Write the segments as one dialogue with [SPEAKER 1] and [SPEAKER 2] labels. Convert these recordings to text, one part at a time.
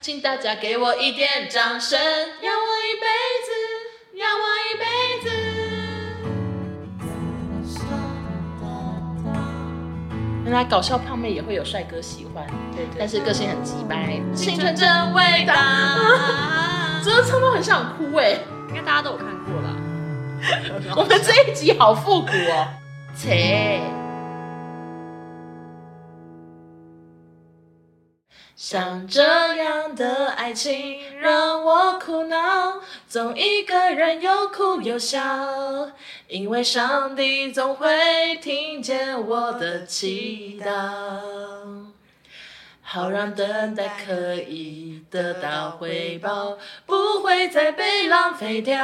[SPEAKER 1] 请大家给我一点掌声，要我一辈子，要我一辈子。原来搞笑胖妹也会有帅哥喜欢，
[SPEAKER 2] 对对
[SPEAKER 1] 但是个性很急掰，青春真
[SPEAKER 2] 味
[SPEAKER 1] 伟大。 真的唱到很想哭哎、
[SPEAKER 2] 应该大家都有看过 啦。
[SPEAKER 1] 我们这一集好复古哦。切。像这样的爱情让我苦恼，总一个人又哭又笑，因为上帝总会听见我的祈祷。好让等待可以得到回报，不会再被浪费掉，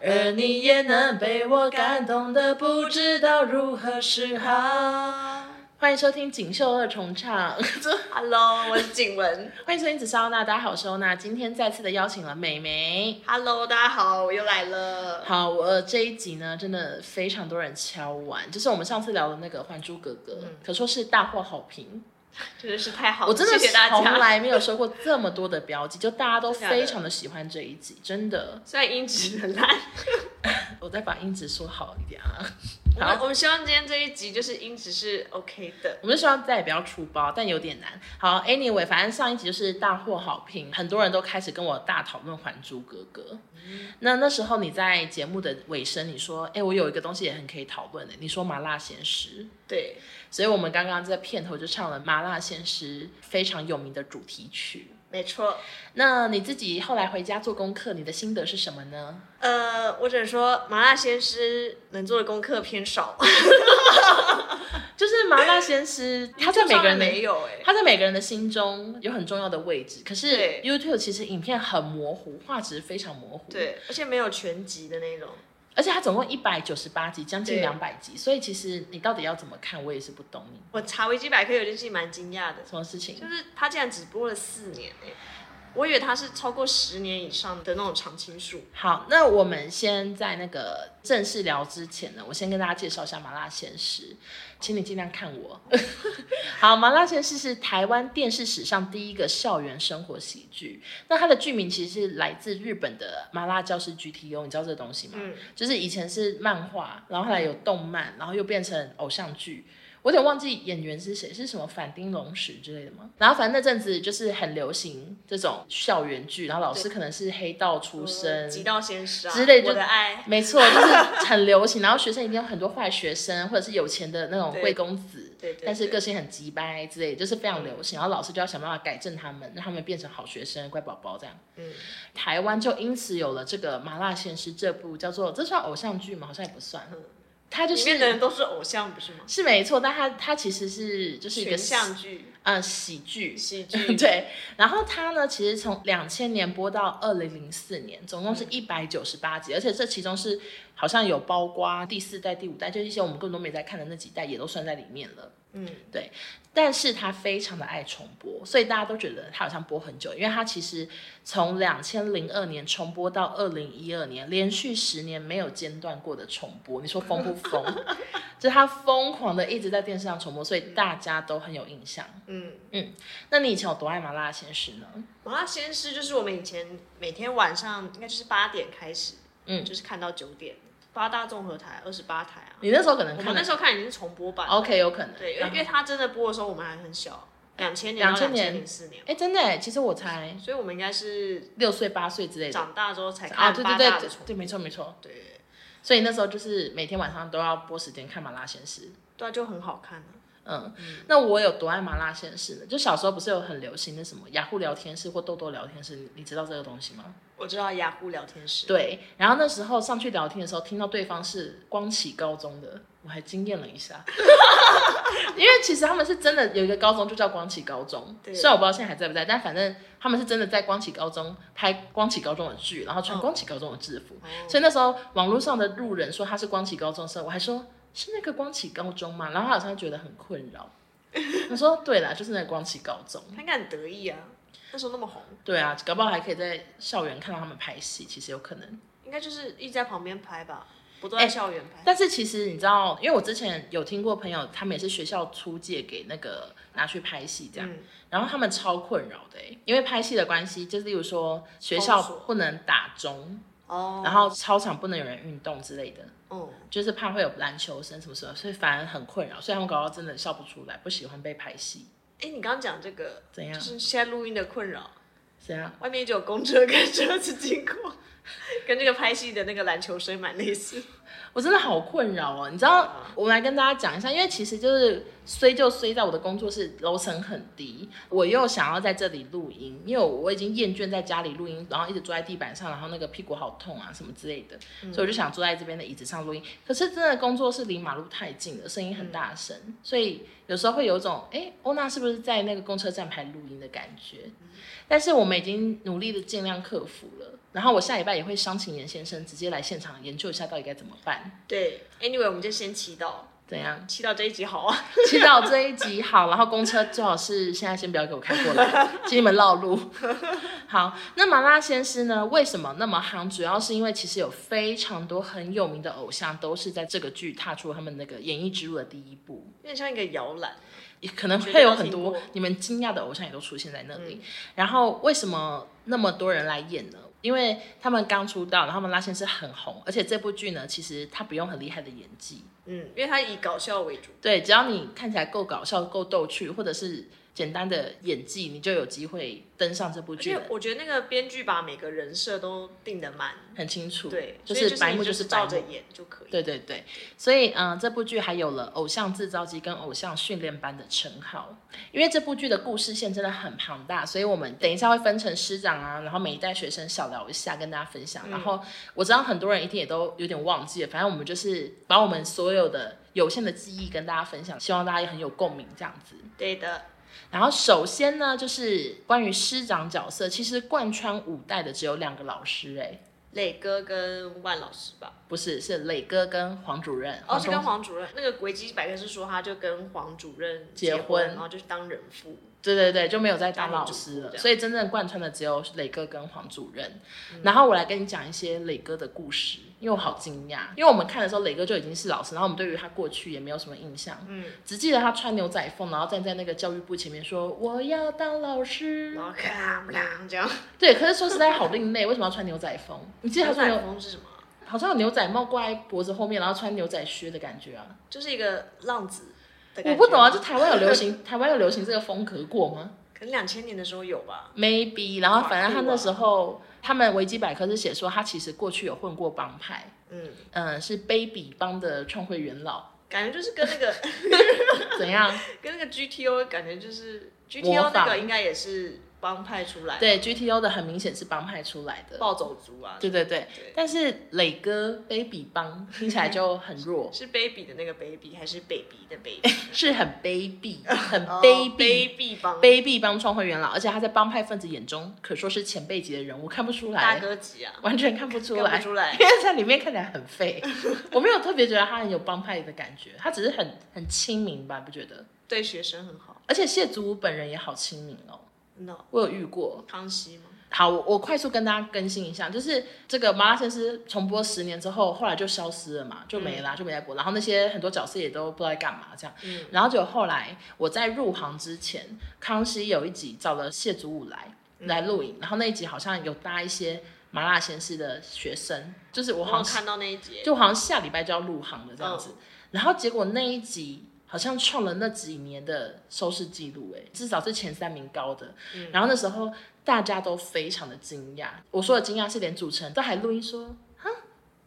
[SPEAKER 2] 呃
[SPEAKER 1] 而你也能被我感动的不知道如何是好。欢迎收听《锦绣二重唱》，
[SPEAKER 2] Hello，我是景文。
[SPEAKER 1] 欢迎收听《紫砂欧娜》，大家好，我是欧娜。今天再次的邀请了美眉。
[SPEAKER 2] Hello，大家好，我又来了。
[SPEAKER 1] 好，我、呃、这一集呢，真的非常多人敲完，就是我们上次聊的那个《还珠格格》
[SPEAKER 2] 嗯
[SPEAKER 1] 可说是大获好评。
[SPEAKER 2] 真的是太好了，
[SPEAKER 1] 我真的
[SPEAKER 2] 谢谢大
[SPEAKER 1] 从
[SPEAKER 2] 家。
[SPEAKER 1] 来没有收过这么多的标记，就大家都非常的喜欢这一集，真的。
[SPEAKER 2] 虽然音质很 烂，
[SPEAKER 1] 我再把音质说好一点啊。
[SPEAKER 2] 我
[SPEAKER 1] 好
[SPEAKER 2] 们我们希望今天这一集就是音质是 OK 的。
[SPEAKER 1] 我们就希望再也不要出包，但有点难。好，anyway，反正上一集就是大获好评，很多人都开始跟我大讨论《还珠格格》那那时候你在节目的尾声，你说：“哎、我有一个东西也很可以讨论欸的。”你说麻辣鲜师，
[SPEAKER 2] 对，
[SPEAKER 1] 所以我们刚刚在片头就唱了麻辣鲜师非常有名的主题曲。
[SPEAKER 2] 没错。
[SPEAKER 1] 那你自己后来回家做功课，你的心得是什么呢？
[SPEAKER 2] 呃，我只能说麻辣鲜师能做的功课偏少，
[SPEAKER 1] 就是麻辣鲜 师，它在每个人的
[SPEAKER 2] 没有哎、
[SPEAKER 1] 它在每个人的心中有很重要的位置。可是
[SPEAKER 2] 对
[SPEAKER 1] YouTube 其实影片很模糊，画质非常模糊。，
[SPEAKER 2] 对，而且没有全集的那种。
[SPEAKER 1] 而且它总共一百九十八集，将近
[SPEAKER 2] 对
[SPEAKER 1] 两百集，所以其实你到底要怎么看，我也是不懂你
[SPEAKER 2] 我查维基百科有件事情蛮惊讶的，
[SPEAKER 1] 什么事情
[SPEAKER 2] 就。是他竟然只播了四年哎、我以为他是超过十年以上的那种常青树。
[SPEAKER 1] 好，那我们先在那个正式聊之前呢，我先跟大家介绍一下麻辣鲜师，请你尽量看我。 好，麻辣鲜师是台湾电视史上第一个校园生活喜剧，那它的剧名其实是来自日本的麻辣教师 GTO，你知道这个东西吗？
[SPEAKER 2] 嗯，
[SPEAKER 1] 就是以前是漫画，然后后来有动漫，然后又变成偶像剧。我有点忘记演员是谁，是什么反町隆史之类的吗？然后反正那阵子就是很流行这种校园剧，然后老师可能是黑道出身，
[SPEAKER 2] 极道先师啊
[SPEAKER 1] 之类就
[SPEAKER 2] 我的爱，
[SPEAKER 1] 没错，就是很流行。然后学生一定有很多坏学生，或者是有钱的那种
[SPEAKER 2] 对
[SPEAKER 1] 贵公子，
[SPEAKER 2] 对对对嗯
[SPEAKER 1] 但是个性很急掰之类，就是非常流行。然后老师就要想办法改正他们，让他们变成好学生、乖宝宝这样。
[SPEAKER 2] 嗯，
[SPEAKER 1] 台湾就因此有了这个《麻辣鲜师》这部叫做这算偶像剧吗？好像也不算
[SPEAKER 2] 嗯，
[SPEAKER 1] 它就
[SPEAKER 2] 里面的人
[SPEAKER 1] 是
[SPEAKER 2] 都是偶像不是吗？
[SPEAKER 1] 是没错，但它它其实是就是一个
[SPEAKER 2] 群像剧、
[SPEAKER 1] 呃喜剧。
[SPEAKER 2] 喜 剧，
[SPEAKER 1] 对，然后它呢，其实从两千年播到二零零四年，总
[SPEAKER 2] 嗯
[SPEAKER 1] 共是一百九十八集，而且这其中是好像有包括第四代、第五代，就是一些我们根本都没在看的那几代也都算在里面了。
[SPEAKER 2] 嗯，
[SPEAKER 1] 但是他非常的爱重播，所以大家都觉得他好像播很久，因为他其实从两千零二年重播到二零一二年，连续十年没有间断过的重播，你说疯不疯？ 就是他疯狂的一直在电视上重播，所以大家都很有印象。
[SPEAKER 2] 嗯，
[SPEAKER 1] 那你以前有多爱麻辣鲜师呢？
[SPEAKER 2] 麻辣鲜师就是我们以前每天晚上应该就是八点开始，
[SPEAKER 1] 嗯
[SPEAKER 2] 就是看到九点，八大综合台、二十八台啊。
[SPEAKER 1] 你那时候可能
[SPEAKER 2] 我
[SPEAKER 1] 看
[SPEAKER 2] 们
[SPEAKER 1] 了哦
[SPEAKER 2] 那时候看已经是重播版，
[SPEAKER 1] OK 有可能嗯
[SPEAKER 2] 对，因为因为他真的播的时候我们还很小，两千年到
[SPEAKER 1] 2000
[SPEAKER 2] 两
[SPEAKER 1] 年
[SPEAKER 2] 千零四年，
[SPEAKER 1] 哎、真的哎，其实我才
[SPEAKER 2] 所以我们应该是
[SPEAKER 1] 六岁八岁之类的
[SPEAKER 2] 长大之后才
[SPEAKER 1] 啊，
[SPEAKER 2] 看
[SPEAKER 1] 对
[SPEAKER 2] 八
[SPEAKER 1] 对
[SPEAKER 2] 大
[SPEAKER 1] 对
[SPEAKER 2] 的重
[SPEAKER 1] 对，没错没错。
[SPEAKER 2] 对对，
[SPEAKER 1] 所以那时候就是每天晚上都要播时间看麻辣鲜师。
[SPEAKER 2] 对啊，就很好看啊。
[SPEAKER 1] 嗯，那我有多爱麻辣鲜师呢？就小时候不是有很流行的什么雅虎聊天室或豆豆聊天室，你你知道这个东西吗？
[SPEAKER 2] 我知道雅虎聊天室，
[SPEAKER 1] 对，然后那时候上去聊天的时候，听到对方是光启高中的，我还惊艳了一下， 因为其实他们是真的有一个高中就叫光启高中，
[SPEAKER 2] 对
[SPEAKER 1] 虽然我不知道现在还在不在，但反正他们是真的在光启高中拍光启高中的剧，然后穿
[SPEAKER 2] 嗯
[SPEAKER 1] 光启高中的制服，
[SPEAKER 2] 哦
[SPEAKER 1] 所以那时候网络上的路人说他是光启高中的时候，我还说是那个光启高中吗？然后他好像觉得很困扰。 他说：“对啦，就是那个光启高中，
[SPEAKER 2] 他应该很得意啊，那时候那么红，
[SPEAKER 1] 对啊，搞不好还可以在校园看到他们拍戏，其实有可能。
[SPEAKER 2] 应该就是一直在旁边拍吧，我都在校园拍。
[SPEAKER 1] 但是其实你知道，因为我之前有听过朋友，他们也是学校出借给那个拿去拍戏这样，
[SPEAKER 2] 嗯
[SPEAKER 1] 然后他们超困扰的、欸，因为拍戏的关系，就是例如说学校
[SPEAKER 2] 封锁
[SPEAKER 1] 不能打钟，
[SPEAKER 2] 哦，
[SPEAKER 1] 然后操场不能有人运动之类的，
[SPEAKER 2] 嗯，
[SPEAKER 1] 就是怕会有篮球声什么什么，所以反而很困扰。所以他们搞到真的笑不出来，不喜欢被拍戏，
[SPEAKER 2] 哎，你刚刚讲这个，
[SPEAKER 1] 怎样
[SPEAKER 2] 就是现在录音的困扰，
[SPEAKER 1] 这样。
[SPEAKER 2] 外面一直有公车跟车子经过， 跟这个拍戏的那个篮球声蛮类似。
[SPEAKER 1] 我真的好困扰哦，你知道，我来跟大家讲一下，因为其实就是衰就衰在我的工作室楼层很低，我又想要在这里录音，因为我已经厌倦在家里录音，然后一直坐在地板上，然后那个屁股好痛啊什么之类的，所以我就想坐在这边的椅子上录音。可是真的工作室离马路太近了，声音很大声，所以有时候会有一种，哎，欧娜是不是在那个公车站牌录音的感觉？但是我们已经努力的尽量克服了。然后我下礼拜也会商请严先生直接来现场研究一下到底该怎么办，
[SPEAKER 2] 对，anyway，我们就先祈祷，
[SPEAKER 1] 怎样？
[SPEAKER 2] 祈祷这一集好啊。
[SPEAKER 1] 祈祷这一集好，然后公车最好是现在先不要给我开过 来，请你们绕路。好，那麻辣鲜师呢？为什么那么夯？主要是因为其实有非常多很有名的偶像都是在这个剧踏出他们那个演艺之路的第一步。
[SPEAKER 2] 有点像一个摇篮，
[SPEAKER 1] 也可能
[SPEAKER 2] 绝
[SPEAKER 1] 会
[SPEAKER 2] 对
[SPEAKER 1] 有
[SPEAKER 2] 都
[SPEAKER 1] 很
[SPEAKER 2] 听
[SPEAKER 1] 多
[SPEAKER 2] 过
[SPEAKER 1] 你们惊讶的偶像也都出现在那里。然后为什么那么多人来演呢？因为他们刚出道，然后他们拉线是很红，而且这部剧呢，其实他不用很厉害的演技，
[SPEAKER 2] 嗯，因为它以搞笑为主，
[SPEAKER 1] 对，只要你看起来够搞笑、够逗趣，或者是简单的演技，你就有机会登上这部
[SPEAKER 2] 而
[SPEAKER 1] 剧
[SPEAKER 2] 且
[SPEAKER 1] 了。
[SPEAKER 2] 我觉得那个编剧把每个人设都定的蛮
[SPEAKER 1] 很清楚，
[SPEAKER 2] 对，
[SPEAKER 1] 就
[SPEAKER 2] 所以
[SPEAKER 1] 是白
[SPEAKER 2] 你
[SPEAKER 1] 目
[SPEAKER 2] 就
[SPEAKER 1] 就是白
[SPEAKER 2] 照着
[SPEAKER 1] 目，
[SPEAKER 2] 演就可以。
[SPEAKER 1] 对对对，所以嗯、呃这部剧还有了偶像制造机跟偶像训练班的称号，因为这部剧的故事线真的很庞大，所以我们等一下会分成师长啊，然后每一代学生小聊一下，跟大家分
[SPEAKER 2] 嗯
[SPEAKER 1] 享。然后我知道很多人一定也都有点忘记了，反正我们就是把我们所有的有限的记忆跟大家分享，希望大家也很有共鸣这样子。
[SPEAKER 2] 对的，
[SPEAKER 1] 然后首先呢，就是关于师长角色，其实贯穿五代的只有两个老师、哎，
[SPEAKER 2] 磊哥跟万老师吧，
[SPEAKER 1] 不是，是磊哥跟黄主任，
[SPEAKER 2] 哦，是
[SPEAKER 1] 宗
[SPEAKER 2] 跟黄主任。那个维基百科是说，他就跟黄主任
[SPEAKER 1] 结
[SPEAKER 2] 结
[SPEAKER 1] 婚
[SPEAKER 2] 然后就是当人父。
[SPEAKER 1] 对对对，就没有再当
[SPEAKER 2] 当
[SPEAKER 1] 老
[SPEAKER 2] 主
[SPEAKER 1] 师
[SPEAKER 2] 顾
[SPEAKER 1] 了，
[SPEAKER 2] 这样
[SPEAKER 1] 所以真正贯穿的只有磊哥跟黄主任。
[SPEAKER 2] 嗯
[SPEAKER 1] 然后我来跟你讲一些磊哥的故事，因为我好惊讶，因为我们看的时候磊哥就已经是老师，然后我们对于他过去也没有什么印象，
[SPEAKER 2] 嗯，
[SPEAKER 1] 只记得他穿牛仔风，然后站在那个教育部前面说我要当老师
[SPEAKER 2] 嗯然。后咔
[SPEAKER 1] 嗯
[SPEAKER 2] 不啷这样。
[SPEAKER 1] 对，可是说实在好另类，为什么要穿牛仔风？你记得他
[SPEAKER 2] 牛
[SPEAKER 1] 穿
[SPEAKER 2] 仔
[SPEAKER 1] 牛，
[SPEAKER 2] 风是什么啊？
[SPEAKER 1] 好像有牛仔帽挂在脖子后面，然后穿牛仔靴的感觉啊。
[SPEAKER 2] 就是一个浪子的感觉。
[SPEAKER 1] 我不懂啊，就台湾有流行， 台湾有流行这个风格过吗？
[SPEAKER 2] 可能两千年的时候有吧。
[SPEAKER 1] maybe，然后反正他
[SPEAKER 2] 马库啊
[SPEAKER 1] 那时候，他们维基百科是写说他其实过去有混过帮派，
[SPEAKER 2] 嗯，
[SPEAKER 1] 嗯，是 baby 帮的创会元 老，
[SPEAKER 2] 感觉就是跟那 个
[SPEAKER 1] 怎样？
[SPEAKER 2] 跟那个 GTO 感觉就是 GTO
[SPEAKER 1] 模仿
[SPEAKER 2] 那个应该也是帮派出来，
[SPEAKER 1] 对，GTO 的很明显是帮派出来的，
[SPEAKER 2] 暴走族啊，
[SPEAKER 1] 对对对
[SPEAKER 2] 对。
[SPEAKER 1] 但是磊哥 baby 帮听起来就很 弱，
[SPEAKER 2] 是 baby 的那个 baby 还是 baby 的 baby？
[SPEAKER 1] 是很卑鄙，很
[SPEAKER 2] 哦
[SPEAKER 1] 卑鄙。
[SPEAKER 2] baby 帮
[SPEAKER 1] 卑鄙帮创会元老，而且他在帮派分子眼中可说是前辈级的人物，看不出
[SPEAKER 2] 大
[SPEAKER 1] 来，
[SPEAKER 2] 哥级啊，
[SPEAKER 1] 完全看不出
[SPEAKER 2] 看
[SPEAKER 1] 来
[SPEAKER 2] 不。出来
[SPEAKER 1] 因。为在里面看起来很废， 我没有特别觉得他很有帮派的感觉，他只是很很亲民吧，不觉得？
[SPEAKER 2] 对学生很好。
[SPEAKER 1] 而且谢祖武本人也好亲民哦，
[SPEAKER 2] No，
[SPEAKER 1] 我有遇过。
[SPEAKER 2] 康熙吗？
[SPEAKER 1] 好，我我快速跟大家更新一下，就是这个《麻辣鲜师》重播十年之后，后来就消失了嘛，就没啦，就没再播。然后那些很多角色也都不知道在干嘛这样。
[SPEAKER 2] 嗯
[SPEAKER 1] 然后就后来我在入行之前，康熙有一集找了谢祖武来来录影，然后那一集好像有搭一些麻辣鲜师的学生，就是我嗯
[SPEAKER 2] 我
[SPEAKER 1] 好
[SPEAKER 2] 好
[SPEAKER 1] 像
[SPEAKER 2] 像看到那一节，
[SPEAKER 1] 就好像下礼拜就要入行了这样子。然后结果那一集好像创了那几年的收视记录，哎，至少是前三名高的。然后那时候大家都非常的惊讶，我说的惊讶是连主持人都还录音说。啊，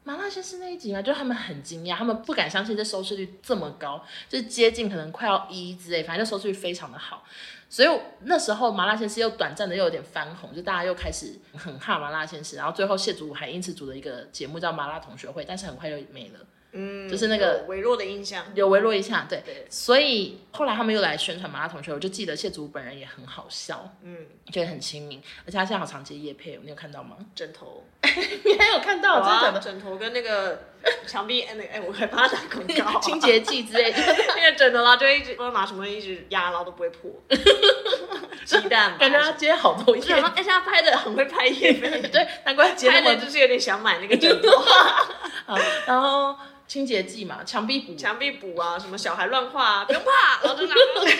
[SPEAKER 1] 麻辣鲜师那一集嘛，就他们很惊讶，他们不敢相信这收视率这么高，就是接近可能快要一之类，反正就收视率非常的好。所以那时候麻辣鲜师又短暂的又有点翻红，就大家又开始很哈麻辣鲜师，然后最后谢祖武还因此组了一个节目叫麻辣同学会，但是很快就没了，
[SPEAKER 2] 嗯，
[SPEAKER 1] 就是那个
[SPEAKER 2] 有微弱的印象。
[SPEAKER 1] 有微落一下，对。
[SPEAKER 2] 对，
[SPEAKER 1] 所以后来他们又来宣传麻辣同学，我就记得谢祖武本人也很好笑，
[SPEAKER 2] 嗯，
[SPEAKER 1] 觉得很亲民，而且他现在好常接夜配，哦你有看到 吗？
[SPEAKER 2] 枕头。
[SPEAKER 1] 你还有看到？
[SPEAKER 2] 有
[SPEAKER 1] 哦真的假
[SPEAKER 2] 啊，
[SPEAKER 1] 的？
[SPEAKER 2] 枕头跟那个 墙壁，哎，那个哎，我还帮他打 广告啊。啊
[SPEAKER 1] 清洁剂之类 的，
[SPEAKER 2] 那个枕头啦，就一直不知道拿什么一直压，然后都不会 破。鸡蛋吧，
[SPEAKER 1] 感觉他接好多
[SPEAKER 2] 我
[SPEAKER 1] 夜
[SPEAKER 2] 就 想说，哎，现在拍的很会拍夜配，
[SPEAKER 1] 对，难怪接
[SPEAKER 2] 拍
[SPEAKER 1] 那么
[SPEAKER 2] 的就是有点想买那个枕头。
[SPEAKER 1] 好，嗯然后清洁剂嘛，墙壁补，
[SPEAKER 2] 墙壁补啊，什么小孩乱画啊，不用怕，然后就拿过去。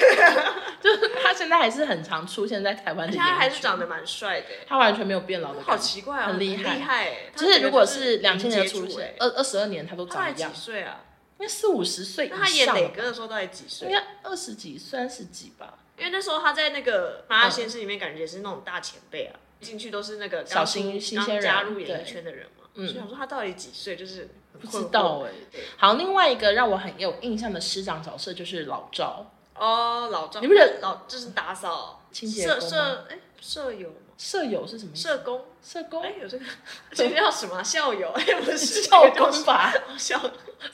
[SPEAKER 1] 就是他现在还是很常出现在台湾的演艺圈，
[SPEAKER 2] 他还是长得蛮帅的，
[SPEAKER 1] 他完全没有变老的
[SPEAKER 2] 好
[SPEAKER 1] 感觉。
[SPEAKER 2] 奇怪啊，
[SPEAKER 1] 很
[SPEAKER 2] 很
[SPEAKER 1] 厉害
[SPEAKER 2] 厉害欸。他
[SPEAKER 1] 其实
[SPEAKER 2] 整个
[SPEAKER 1] 如果
[SPEAKER 2] 就是
[SPEAKER 1] 是两千年的出
[SPEAKER 2] 零接触
[SPEAKER 1] 生
[SPEAKER 2] 欸，
[SPEAKER 1] 二二十二年他都
[SPEAKER 2] 他
[SPEAKER 1] 长
[SPEAKER 2] 才
[SPEAKER 1] 一样
[SPEAKER 2] 几，岁啊？
[SPEAKER 1] 因为四五十岁以
[SPEAKER 2] 那他演
[SPEAKER 1] 上了
[SPEAKER 2] 磊
[SPEAKER 1] 吧，
[SPEAKER 2] 哥的时候到底几岁
[SPEAKER 1] 应？该二十几、三十几吧。
[SPEAKER 2] 因为那时候他在那个《麻辣先生》里面，感觉也是那种大前辈啊，进去都是那个刚
[SPEAKER 1] 嗯小新新鲜
[SPEAKER 2] 刚
[SPEAKER 1] 人
[SPEAKER 2] 加入演艺
[SPEAKER 1] 对
[SPEAKER 2] 圈的人嘛。所
[SPEAKER 1] 嗯
[SPEAKER 2] 以想说他到底几岁，就是很
[SPEAKER 1] 不
[SPEAKER 2] 困
[SPEAKER 1] 知
[SPEAKER 2] 惑
[SPEAKER 1] 道哎、
[SPEAKER 2] 对
[SPEAKER 1] 好，另外一个让我很有印象的师长角色就是老赵，
[SPEAKER 2] 哦，老赵，
[SPEAKER 1] 你不觉得
[SPEAKER 2] 老就是打扫
[SPEAKER 1] 清洁
[SPEAKER 2] 社
[SPEAKER 1] 工吗
[SPEAKER 2] 社哎舍友吗？
[SPEAKER 1] 舍友是什么意思？
[SPEAKER 2] 社工
[SPEAKER 1] 社
[SPEAKER 2] 哎
[SPEAKER 1] 工、
[SPEAKER 2] 有这个这个叫什么啊校友哎不是
[SPEAKER 1] 校工吧？
[SPEAKER 2] 校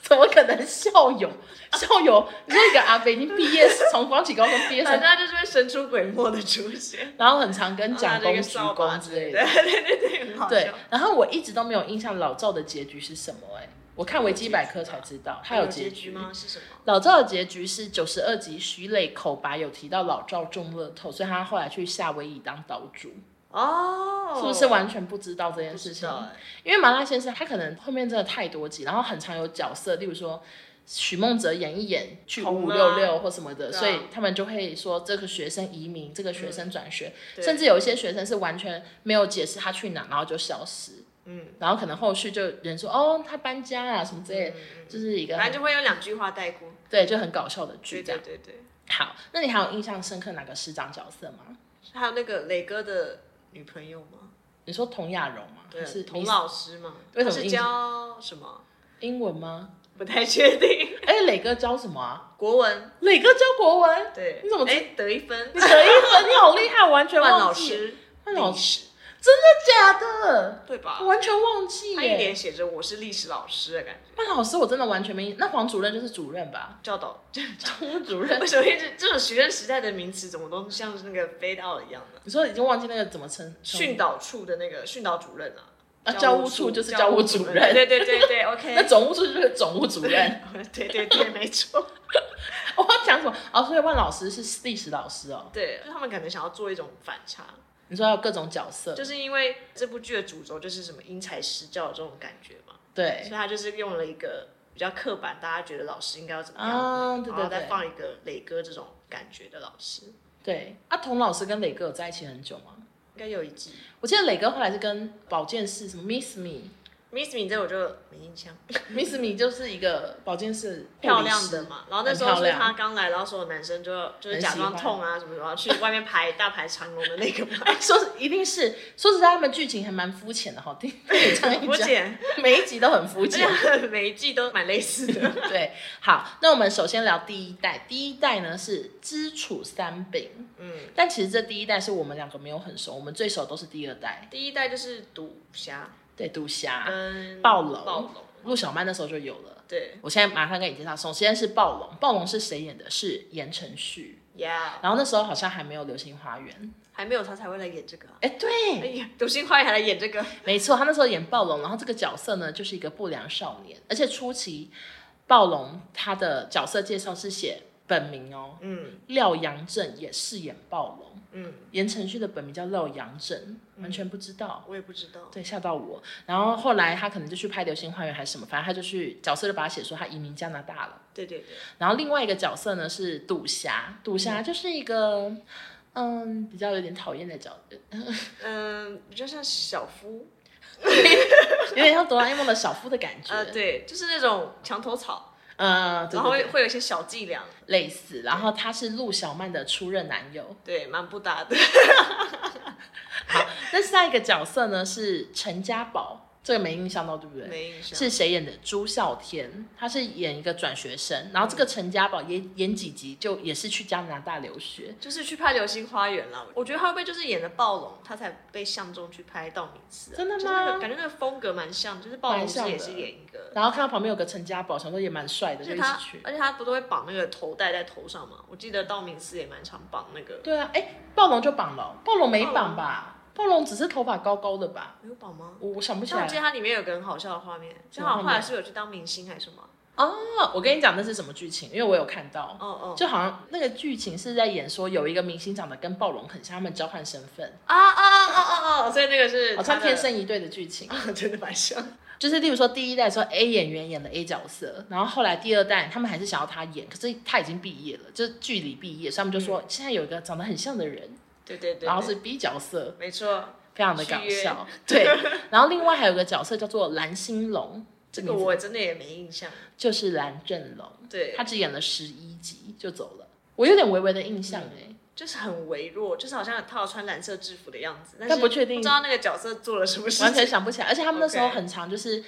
[SPEAKER 1] 怎么可能校友？校友，你说一个阿北已经毕业，从光启高中毕业
[SPEAKER 2] 反正
[SPEAKER 1] 生，
[SPEAKER 2] 他就是会神出鬼没的出现，
[SPEAKER 1] 然后很常跟
[SPEAKER 2] 然后拿
[SPEAKER 1] 蒋
[SPEAKER 2] 着
[SPEAKER 1] 公、
[SPEAKER 2] 一啊个
[SPEAKER 1] 鞠
[SPEAKER 2] 扫把
[SPEAKER 1] 躬之类的
[SPEAKER 2] 的，。对对对对，很 好
[SPEAKER 1] 对
[SPEAKER 2] 笑。，
[SPEAKER 1] 然后我一直都没有印象老赵的结局是什么哎、我看维基百科才知道他
[SPEAKER 2] 有
[SPEAKER 1] 结
[SPEAKER 2] 局？吗？是什么？
[SPEAKER 1] 老赵的结局是九十二集徐磊口白有提到老赵中乐透，所以他后来去夏威夷当岛主，
[SPEAKER 2] 哦，
[SPEAKER 1] 是不是完全不知道这件
[SPEAKER 2] 不
[SPEAKER 1] 事
[SPEAKER 2] 知
[SPEAKER 1] 情？
[SPEAKER 2] 道哎？
[SPEAKER 1] 因为麻辣先生他可能后面真的太多集，然后很常有角色，例如说许梦哲演一演去五五
[SPEAKER 2] 红啊
[SPEAKER 1] 六六或什么的，
[SPEAKER 2] 对啊嗯
[SPEAKER 1] 所以他们就会说这个学生移民，这个学生转学，
[SPEAKER 2] 对
[SPEAKER 1] 甚至有一些学生是完全没有解释他去哪，然后就消失，
[SPEAKER 2] 嗯，
[SPEAKER 1] 然后可能后续就有人说哦他搬家啊什么之类的，
[SPEAKER 2] 嗯嗯
[SPEAKER 1] 就是一个
[SPEAKER 2] 反正就会有两句话带过。
[SPEAKER 1] 对就很搞笑的剧
[SPEAKER 2] 对
[SPEAKER 1] 这
[SPEAKER 2] 对
[SPEAKER 1] 样。
[SPEAKER 2] 对对，
[SPEAKER 1] 好，那你还有印象深刻哪个师长角色吗？
[SPEAKER 2] 还有那个磊哥的女朋友吗？
[SPEAKER 1] 你说童雅柔吗？还
[SPEAKER 2] 对，
[SPEAKER 1] 是
[SPEAKER 2] 童
[SPEAKER 1] Miss-
[SPEAKER 2] 老师嘛，
[SPEAKER 1] 为什
[SPEAKER 2] 他
[SPEAKER 1] 么
[SPEAKER 2] 是
[SPEAKER 1] 印
[SPEAKER 2] 教什么？
[SPEAKER 1] 英文吗？
[SPEAKER 2] 不太确定。
[SPEAKER 1] 哎，磊哥教什么啊？
[SPEAKER 2] 国文，
[SPEAKER 1] 磊哥教国文。
[SPEAKER 2] 对，
[SPEAKER 1] 你怎么知
[SPEAKER 2] 哎得一分？
[SPEAKER 1] 你得一分，你好厉害，完全
[SPEAKER 2] 万
[SPEAKER 1] 忘
[SPEAKER 2] 老
[SPEAKER 1] 记，
[SPEAKER 2] 师，
[SPEAKER 1] 万老
[SPEAKER 2] 历史，
[SPEAKER 1] 假的，
[SPEAKER 2] 对吧
[SPEAKER 1] 我？完全忘记
[SPEAKER 2] 他一
[SPEAKER 1] 耶。
[SPEAKER 2] 脸写着我是历史老师的感觉，
[SPEAKER 1] 万老师，我真的完全没印。那黄主任就是主任 吧？
[SPEAKER 2] 教导。
[SPEAKER 1] 常务主任
[SPEAKER 2] 为，什么一直这种学生时代的名词，怎么都像是那个 fade out 一样的？
[SPEAKER 1] 你说已经忘记那个怎么称
[SPEAKER 2] 训导处的那个训导主任啊，
[SPEAKER 1] 啊？教务处就是教务主任，
[SPEAKER 2] 对对对对，OK。
[SPEAKER 1] 那总务处就是总务主 任。
[SPEAKER 2] 对对对，没错。
[SPEAKER 1] 我要讲什么？哦，所以万老师是历史老师哦。
[SPEAKER 2] 对，就他们可能想要做一种反差，
[SPEAKER 1] 你说要有各种角色，
[SPEAKER 2] 就是因为这部剧的主轴就是什么因材施教的这种感觉嘛，所以
[SPEAKER 1] 对，
[SPEAKER 2] 他就是用了一个比较刻板，大家觉得老师应该要怎么样，
[SPEAKER 1] 啊，对
[SPEAKER 2] 然后
[SPEAKER 1] 对
[SPEAKER 2] 再
[SPEAKER 1] 对
[SPEAKER 2] 放一个磊哥这种感觉的老师，应
[SPEAKER 1] 对。啊，童老师跟磊哥有在一起很久吗？
[SPEAKER 2] 该有一季。
[SPEAKER 1] 我记得磊哥后来是跟保健室什么 Miss Me，Miss
[SPEAKER 2] Miss Me 这我就没印象，
[SPEAKER 1] Me 就是一个保健室护理
[SPEAKER 2] 漂亮
[SPEAKER 1] 师
[SPEAKER 2] 的嘛。然后那时
[SPEAKER 1] 很
[SPEAKER 2] 候
[SPEAKER 1] 漂
[SPEAKER 2] 是
[SPEAKER 1] 亮
[SPEAKER 2] 他刚来，然后所有男生就就是
[SPEAKER 1] 很
[SPEAKER 2] 假
[SPEAKER 1] 喜
[SPEAKER 2] 装
[SPEAKER 1] 欢
[SPEAKER 2] 痛啊什么什么，去外面排大排长龙的那 个嘛。
[SPEAKER 1] 哎，说是一定是说实在，他们剧情还蛮肤浅的哈， 听你这样一
[SPEAKER 2] 我
[SPEAKER 1] 讲，
[SPEAKER 2] 姐，
[SPEAKER 1] 每一集都很肤
[SPEAKER 2] 而
[SPEAKER 1] 浅。
[SPEAKER 2] 且每一季都蛮类似的。
[SPEAKER 1] 对，好，那我们首先聊第一代，第一代呢是知楚三饼，
[SPEAKER 2] 嗯，
[SPEAKER 1] 但其实这第一代是我们两个没有很熟，我们最熟都是第二代，
[SPEAKER 2] 第一代就是赌侠
[SPEAKER 1] 对，杜霞、
[SPEAKER 2] 跟
[SPEAKER 1] 嗯暴龙
[SPEAKER 2] 暴龙，
[SPEAKER 1] 陆小曼那时候就有了。
[SPEAKER 2] 对
[SPEAKER 1] 我现在马上跟你介绍，首先是暴龙，暴龙是谁演的？是言承旭，
[SPEAKER 2] ，Yeah，
[SPEAKER 1] 然后那时候好像还没有《流星花园》，
[SPEAKER 2] 还没有他才会来演这个啊。
[SPEAKER 1] 哎，对
[SPEAKER 2] 哎，呀，读心花园还来演这个，
[SPEAKER 1] 没错，他那时候演暴龙，然后这个角色呢就是一个不良少年，而且初期暴龙他的角色介绍是写本名哦，
[SPEAKER 2] 嗯
[SPEAKER 1] 廖阳正也饰演暴龙，
[SPEAKER 2] 嗯，
[SPEAKER 1] 言承旭的本名叫廖阳正，完全不知道。
[SPEAKER 2] 我也不知道。
[SPEAKER 1] 对，吓到我。然后后来他可能就去拍《流星花园》还是什么，反正他就去角色就把他写说他移民加拿大了。
[SPEAKER 2] 对对对，
[SPEAKER 1] 然后另外一个角色呢是赌侠，赌侠就是一个嗯比较有点讨厌的角色，
[SPEAKER 2] 嗯，比较像小夫，
[SPEAKER 1] 有点像哆啦 A 梦的小夫的感觉。
[SPEAKER 2] 呃，对，啊就是那种墙头草，
[SPEAKER 1] 呃，对
[SPEAKER 2] 然后
[SPEAKER 1] 对
[SPEAKER 2] 会
[SPEAKER 1] 对
[SPEAKER 2] 会有一些小伎俩，
[SPEAKER 1] 类似，然后他是陆小曼的初任男友。
[SPEAKER 2] 对，蛮不搭的。
[SPEAKER 1] 好，那下一个角色呢是陈家宝，这个没印象到，对不对？
[SPEAKER 2] 没印象。
[SPEAKER 1] 是谁演的？朱孝天，他是演一个转学生，然后这个陈家宝演演几集就也是去加拿大留学，
[SPEAKER 2] 就是去拍《流星花园》啦，我觉得他会不会就是演的暴龙，他才被相中去拍道明寺啊、
[SPEAKER 1] 真的吗
[SPEAKER 2] 就是那个感觉那个风格蛮像，就是暴龙
[SPEAKER 1] 蛮
[SPEAKER 2] 不是
[SPEAKER 1] 像的
[SPEAKER 2] 也是演一个，
[SPEAKER 1] 然后看到旁边有个陈家宝，想说也蛮帅的，
[SPEAKER 2] 而
[SPEAKER 1] 就
[SPEAKER 2] 且
[SPEAKER 1] 一起
[SPEAKER 2] 他
[SPEAKER 1] 去。
[SPEAKER 2] 而且他不都会绑那个头带在头上嘛？我记得道明寺也蛮常绑那个，
[SPEAKER 1] 对啊，哎，暴龙就绑了哦，暴龙没绑吧？暴龙只是头发高高的吧？
[SPEAKER 2] 没有绑吗？
[SPEAKER 1] 我我想不起
[SPEAKER 2] 但
[SPEAKER 1] 来
[SPEAKER 2] 我记得它里面有个很好笑的画面，
[SPEAKER 1] 什
[SPEAKER 2] 就
[SPEAKER 1] 么
[SPEAKER 2] 好像后
[SPEAKER 1] 画
[SPEAKER 2] 来
[SPEAKER 1] 面
[SPEAKER 2] 是不是有去当明星还是什么？
[SPEAKER 1] 哦。我跟你讲那是什么剧情，因为我有看到
[SPEAKER 2] 哦。哦
[SPEAKER 1] 就好像那个剧情是在演说有一个明星长得跟暴龙很像，他们交换身份，
[SPEAKER 2] 啊啊啊啊啊！哦所以那个是
[SPEAKER 1] 好像
[SPEAKER 2] 它的
[SPEAKER 1] 天生一对的剧情。
[SPEAKER 2] 啊，真的蛮像。
[SPEAKER 1] 就是例如说第一代说 A 演员演了 A 角色，然后后来第二代他们还是想要他演，可是他已经毕业了，就是距离毕业，所以他们就说、现在有一个长得很像的人，
[SPEAKER 2] 对对对对，
[SPEAKER 1] 然后是 B 角色，
[SPEAKER 2] 没错，
[SPEAKER 1] 非常的搞笑。对，然后另外还有个角色叫做蓝心龙，
[SPEAKER 2] 这个我真的也没印象。
[SPEAKER 1] 就是蓝正龙，
[SPEAKER 2] 对，
[SPEAKER 1] 他只演了十一集就走了，我有点微微的印象
[SPEAKER 2] 嗯
[SPEAKER 1] 哎、
[SPEAKER 2] 就是很微弱，就是好像他有穿蓝色制服的样子，但
[SPEAKER 1] 但
[SPEAKER 2] 是
[SPEAKER 1] 不确定
[SPEAKER 2] 不知道那个角色做了什么事
[SPEAKER 1] 完
[SPEAKER 2] 情。
[SPEAKER 1] 全想不起来。而且他们那时候
[SPEAKER 2] OK
[SPEAKER 1] 很长，就是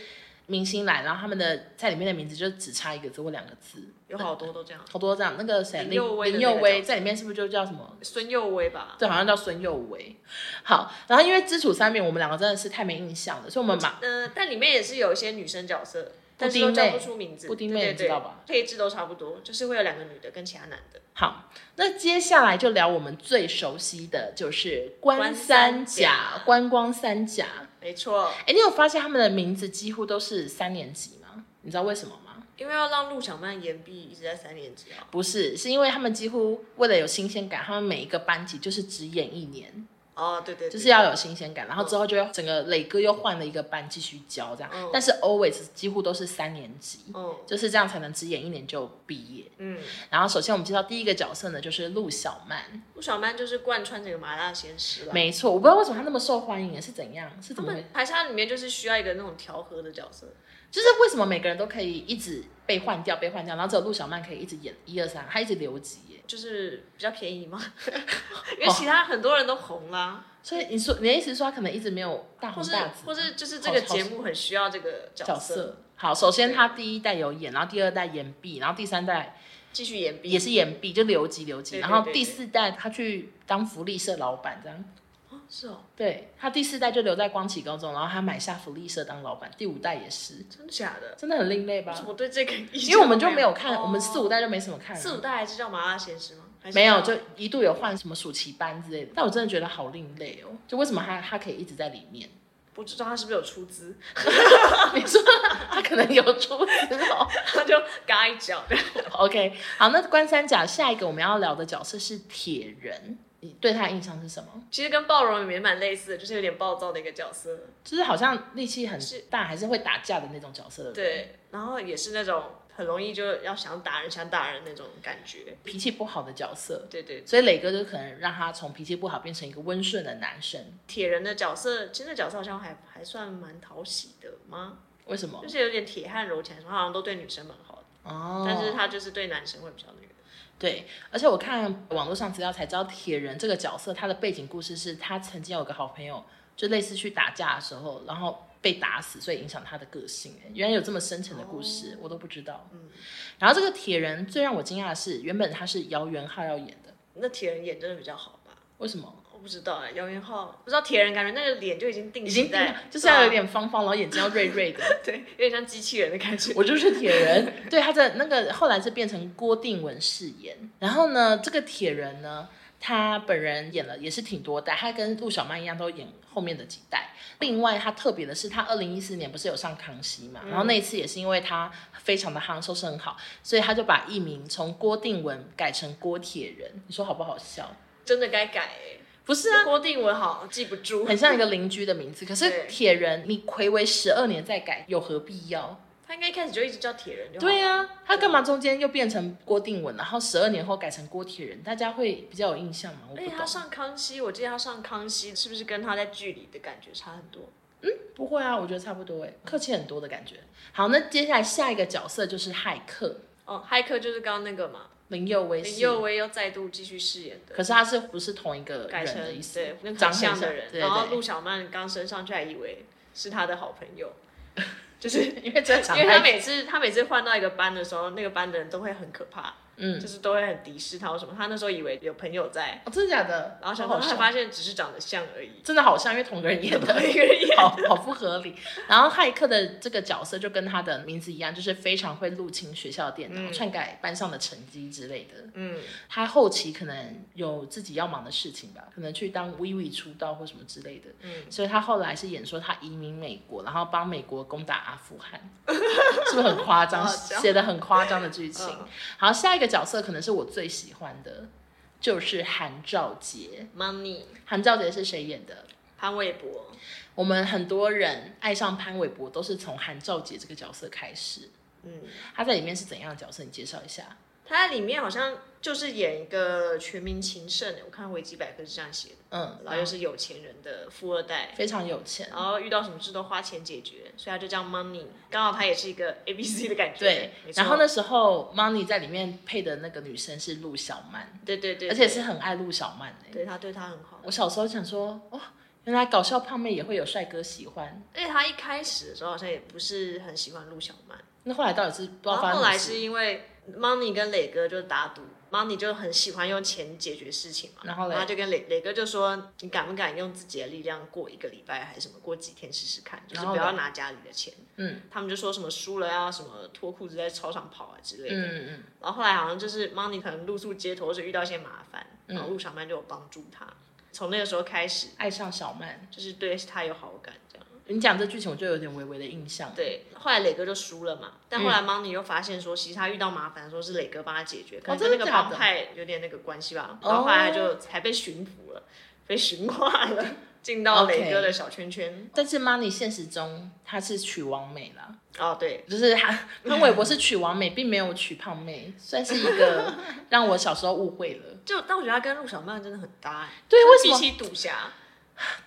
[SPEAKER 1] 明星来，然后他们的在里面的名字就只差一个字或两个字，
[SPEAKER 2] 有好多都这样，
[SPEAKER 1] 好多这样。那个谁，啊
[SPEAKER 2] 林
[SPEAKER 1] 林
[SPEAKER 2] 佑威的
[SPEAKER 1] 林
[SPEAKER 2] 那
[SPEAKER 1] 佑
[SPEAKER 2] 个
[SPEAKER 1] 威
[SPEAKER 2] 角
[SPEAKER 1] 在里面是不是就叫什么？
[SPEAKER 2] 孙佑威吧？
[SPEAKER 1] 对，好像叫孙佑威。好，然后因为《知楚三面》，我们两个真的是太没印象了，所以我们马
[SPEAKER 2] 嗯、但里面也是有一些女生角色，但是
[SPEAKER 1] 布
[SPEAKER 2] 都
[SPEAKER 1] 丁妹
[SPEAKER 2] 叫不出名字。
[SPEAKER 1] 布丁
[SPEAKER 2] 对
[SPEAKER 1] 妹
[SPEAKER 2] 对
[SPEAKER 1] 你
[SPEAKER 2] 对
[SPEAKER 1] 知道吧？
[SPEAKER 2] 配置都差不多，就是会有两个女的跟其他男的。
[SPEAKER 1] 好。那接下来就聊我们最熟悉的就是关
[SPEAKER 2] 关
[SPEAKER 1] 三
[SPEAKER 2] 三
[SPEAKER 1] 甲
[SPEAKER 2] 甲、
[SPEAKER 1] 观光三甲。
[SPEAKER 2] 没错，
[SPEAKER 1] 哎，你有发现他们的名字几乎都是三年级吗？你知道为什么吗？
[SPEAKER 2] 因为要让陆小曼延毕一直在三年级啊。
[SPEAKER 1] 不是，是因为他们几乎为了有新鲜感，他们每一个班级就是只演一年，
[SPEAKER 2] 哦，对对对，
[SPEAKER 1] 就是要有新鲜感，然后之后就会整个磊哥又换了一个班继续教这样，
[SPEAKER 2] 嗯
[SPEAKER 1] 但是 always 几乎都是三年级，
[SPEAKER 2] 嗯
[SPEAKER 1] 就是这样才能只演一年就毕业。
[SPEAKER 2] 嗯，
[SPEAKER 1] 然后首先我们介绍第一个角色呢，就是陆小曼，
[SPEAKER 2] 陆小曼就是贯穿整个麻辣鲜师了。
[SPEAKER 1] 没错，我不知道为什么她那么受欢迎，是怎样，是
[SPEAKER 2] 他
[SPEAKER 1] 怎么回
[SPEAKER 2] 们，还是它里面就是需要一个那种调和的角色，
[SPEAKER 1] 就是为什么每个人都可以一直被换掉，被换掉，然后只有陆小曼可以一直演一二三，她一直留级耶。
[SPEAKER 2] 就是比较 便宜嘛，因为
[SPEAKER 1] 哦
[SPEAKER 2] 其他很多人都红啦，
[SPEAKER 1] 所以你说你的意思是说她可能一直没有大
[SPEAKER 2] 或
[SPEAKER 1] 红
[SPEAKER 2] 是
[SPEAKER 1] 大紫吗，哦
[SPEAKER 2] 或是就是这个节目很需要这个
[SPEAKER 1] 角
[SPEAKER 2] 角色
[SPEAKER 1] 色。好，首先他第一代有演，然后第二代演 B，然后第三代
[SPEAKER 2] 继续演
[SPEAKER 1] 也
[SPEAKER 2] 毕，
[SPEAKER 1] 是演 B，就留级留级。
[SPEAKER 2] 对对
[SPEAKER 1] 然后第四代他去当福利社老板，这样。
[SPEAKER 2] 哦是哦，
[SPEAKER 1] 对他第四代就留在光启高中，然后他买下福利社当老板。第五代也是，
[SPEAKER 2] 真的假的？
[SPEAKER 1] 真的很另类
[SPEAKER 2] 为
[SPEAKER 1] 吧
[SPEAKER 2] 什？么对这个印象没有？
[SPEAKER 1] 啊因为我们就没有看，
[SPEAKER 2] 哦
[SPEAKER 1] 我们四五代就没什么看了。
[SPEAKER 2] 四五代还是叫麻辣鲜师吗？还是哦
[SPEAKER 1] 没有，
[SPEAKER 2] 叫
[SPEAKER 1] 就一度有换什么暑期班之类的，但我真的觉得好另类哦。就为什么他他可以一直在里面？
[SPEAKER 2] 不知道他是不是有出资，
[SPEAKER 1] 你说他可能有出资哦。
[SPEAKER 2] 他就嘎一脚。
[SPEAKER 1] OK，好，那关三甲下一个我们要聊的角色是铁人，你对他的印象是什么？
[SPEAKER 2] 其实跟暴龙也蛮类似的，就是有点暴躁的一个角色，
[SPEAKER 1] 就是好像力气很
[SPEAKER 2] 是
[SPEAKER 1] 大，还是会打架的那种角色的人，，
[SPEAKER 2] 对，然后也是那种很容易就要想打人想打人那种感觉，
[SPEAKER 1] 脾气不好的角色，
[SPEAKER 2] 对对
[SPEAKER 1] 所以磊哥就可能让他从脾气不好变成一个温顺的男生。
[SPEAKER 2] 铁人的角色，其实那角色好像还还算蛮讨喜的吗？
[SPEAKER 1] 为什么
[SPEAKER 2] 就？是有点铁汉柔情，好像都对女生蛮好的，
[SPEAKER 1] 哦，
[SPEAKER 2] 但是他就是对男生会比较那个。
[SPEAKER 1] 对，而且我看网络上资料才知道，铁人这个角色他的背景故事是他曾经有个好朋友，就类似去打架的时候，然后被打死，所以影响他的个性。哎原来有这么深沉的故事，我都不知道。
[SPEAKER 2] 嗯
[SPEAKER 1] 然后这个铁人最让我惊讶的是，原本他是姚元浩要演的，
[SPEAKER 2] 那铁人演真的比较好吧？
[SPEAKER 1] 为什么？
[SPEAKER 2] 我不知道哎、姚元浩不知道铁人感觉那个脸就已经定
[SPEAKER 1] 已
[SPEAKER 2] 型
[SPEAKER 1] 经
[SPEAKER 2] 在，
[SPEAKER 1] 就是要有
[SPEAKER 2] 对啊
[SPEAKER 1] 点方方，然后眼睛要锐锐的。
[SPEAKER 2] 对，有点像机器人的 感觉。
[SPEAKER 1] 我就是铁人，对他的那个后来是变成郭定文饰演。然后呢，这个铁人呢，他本人演了也是挺多代，他跟陆小曼一样都演后面的几代。另外，他特别的是，他二零一四年不是有上康熙嘛，然后那一次也是因为他非常的夯，收视很好，所以他就把艺名从郭定文改成郭铁人。你说好不好笑？
[SPEAKER 2] 真的该改哎、
[SPEAKER 1] 不是啊，
[SPEAKER 2] 郭定文好像记不住，
[SPEAKER 1] 很像一个邻居的名字。可是
[SPEAKER 2] 对
[SPEAKER 1] 铁人，你暌违十二年再改，有何必要？
[SPEAKER 2] 他应该一开始就一直叫铁人就好了。
[SPEAKER 1] 对啊呀、他干嘛中间又变成郭定文，然后十二年后改成郭铁人，大家会比较有印象吗？我
[SPEAKER 2] 而
[SPEAKER 1] 不
[SPEAKER 2] 且哎他
[SPEAKER 1] 懂。
[SPEAKER 2] 上康熙，我记得他上康熙是不是跟他在剧里的感觉差很多？
[SPEAKER 1] 不会啊，我觉得差不多哎，客气很多的感觉。好，那接下来下一个角色就是骇客
[SPEAKER 2] 哦，骇客就是刚刚那个嘛，
[SPEAKER 1] 林佑威，
[SPEAKER 2] 林佑，威又再度继续饰演的，
[SPEAKER 1] 可是他是不是同一个
[SPEAKER 2] 改
[SPEAKER 1] 人
[SPEAKER 2] 成
[SPEAKER 1] 的意思？
[SPEAKER 2] 对那个
[SPEAKER 1] 长
[SPEAKER 2] 很
[SPEAKER 1] 得很
[SPEAKER 2] 像
[SPEAKER 1] 像
[SPEAKER 2] 的人，
[SPEAKER 1] 对
[SPEAKER 2] 然后
[SPEAKER 1] 对
[SPEAKER 2] 陆小曼刚升上去还以为是他的好朋 友，就是因
[SPEAKER 1] 因为这长
[SPEAKER 2] 为他
[SPEAKER 1] 得
[SPEAKER 2] 每次他每次换到一个班的时候，那个班的人都会很可怕，
[SPEAKER 1] 嗯，
[SPEAKER 2] 就是都会很敌视他或什么。他那时候以为有朋友在，
[SPEAKER 1] 哦，真的假的？
[SPEAKER 2] 然后想
[SPEAKER 1] 好好
[SPEAKER 2] 说他
[SPEAKER 1] 笑
[SPEAKER 2] 发现只是长得像而已，
[SPEAKER 1] 真的好像，因为同个人 演的，好好不合理。然后骇客的这个角色就跟他的名字一样，就是非常会入侵学校的电脑，
[SPEAKER 2] 嗯
[SPEAKER 1] 篡改班上的成绩之类的。
[SPEAKER 2] 嗯，
[SPEAKER 1] 他后期可能有自己要忙的事情吧，可能去当 Vivi 出道或什么之类的。
[SPEAKER 2] 嗯
[SPEAKER 1] 所以他后来是演说他移民美国，然后帮美国攻打阿富汗， 是不是很夸张？
[SPEAKER 2] 好好笑
[SPEAKER 1] 写的很夸张的剧情。
[SPEAKER 2] 嗯
[SPEAKER 1] 好，下一个角色可能是我最喜欢的，就是韩兆杰。
[SPEAKER 2] ，Money
[SPEAKER 1] 韩兆杰是谁演的？
[SPEAKER 2] 《潘玮柏，
[SPEAKER 1] 我们很多人爱上潘玮柏都是从韩兆杰这个角色开始。
[SPEAKER 2] 嗯，
[SPEAKER 1] 他在里面是怎样的角色？你介绍一下。
[SPEAKER 2] 他在里面好像就是演一个全民情圣，欸我看维基百科是这样写的，
[SPEAKER 1] 嗯，
[SPEAKER 2] 然后又是有钱人的富二代，
[SPEAKER 1] 非常有钱。
[SPEAKER 2] 然后遇到什么事都花钱解决，所以他就叫 money。刚好他也是一个 A B C 的感觉。
[SPEAKER 1] 对
[SPEAKER 2] 没，错
[SPEAKER 1] 然后？那时候 Money 在里面配的那个女生是陆小曼，
[SPEAKER 2] 对对对，
[SPEAKER 1] 而且是很爱陆小曼的、
[SPEAKER 2] 对他对他很好。
[SPEAKER 1] 我小时候想说，哇、原来搞笑胖妹也会有帅哥喜欢。
[SPEAKER 2] 而且他一开始的时候好像也不是很喜欢陆小曼，
[SPEAKER 1] 那后来到底是不知道
[SPEAKER 2] 然哦后
[SPEAKER 1] 发生
[SPEAKER 2] 后
[SPEAKER 1] 什
[SPEAKER 2] 来
[SPEAKER 1] 么事
[SPEAKER 2] 是因为 money 跟磊哥就打赌，money 就很喜欢用钱解决事情嘛，
[SPEAKER 1] 然后嘞
[SPEAKER 2] 他就跟磊磊哥就说，你敢不敢用自己的力量过一个礼拜还是什么，过几天试试看，就是
[SPEAKER 1] 然后
[SPEAKER 2] 不
[SPEAKER 1] 嘞
[SPEAKER 2] 要拿家里的钱。
[SPEAKER 1] 嗯
[SPEAKER 2] 他们就说什么输了啊要什么脱裤子在操场跑啊之类的。
[SPEAKER 1] 嗯嗯，
[SPEAKER 2] 然后后来好像就是 Money 可能露宿街头，或是遇到一些麻烦，
[SPEAKER 1] 嗯
[SPEAKER 2] 然后陆小曼就有帮助他。从那个时候开始，
[SPEAKER 1] 爱上小曼。
[SPEAKER 2] 就是对他有好感，这样。
[SPEAKER 1] 你讲这剧情，我就有点微微的印象。，
[SPEAKER 2] 对，后来磊哥就输了嘛，但后来
[SPEAKER 1] 嗯
[SPEAKER 2] Money 又发现说，其实他遇到麻烦，说是磊哥帮他解决，可能
[SPEAKER 1] 哦真
[SPEAKER 2] 跟
[SPEAKER 1] 的
[SPEAKER 2] 那个
[SPEAKER 1] 假的哦
[SPEAKER 2] 帮派有点那个关系吧。然后后来他就才被驯服了，被驯化了，进到
[SPEAKER 1] OK
[SPEAKER 2] 磊哥的小圈圈。
[SPEAKER 1] 但是 Money 现实中她是娶王美啦，
[SPEAKER 2] 哦，对，
[SPEAKER 1] 就是她潘玮柏是娶王美，并没有娶胖妹，算是一 个让我小时候误会了。
[SPEAKER 2] 就但我觉得他跟陆小曼真的很搭、欸，
[SPEAKER 1] 对
[SPEAKER 2] 就
[SPEAKER 1] 为什么
[SPEAKER 2] 比起赌侠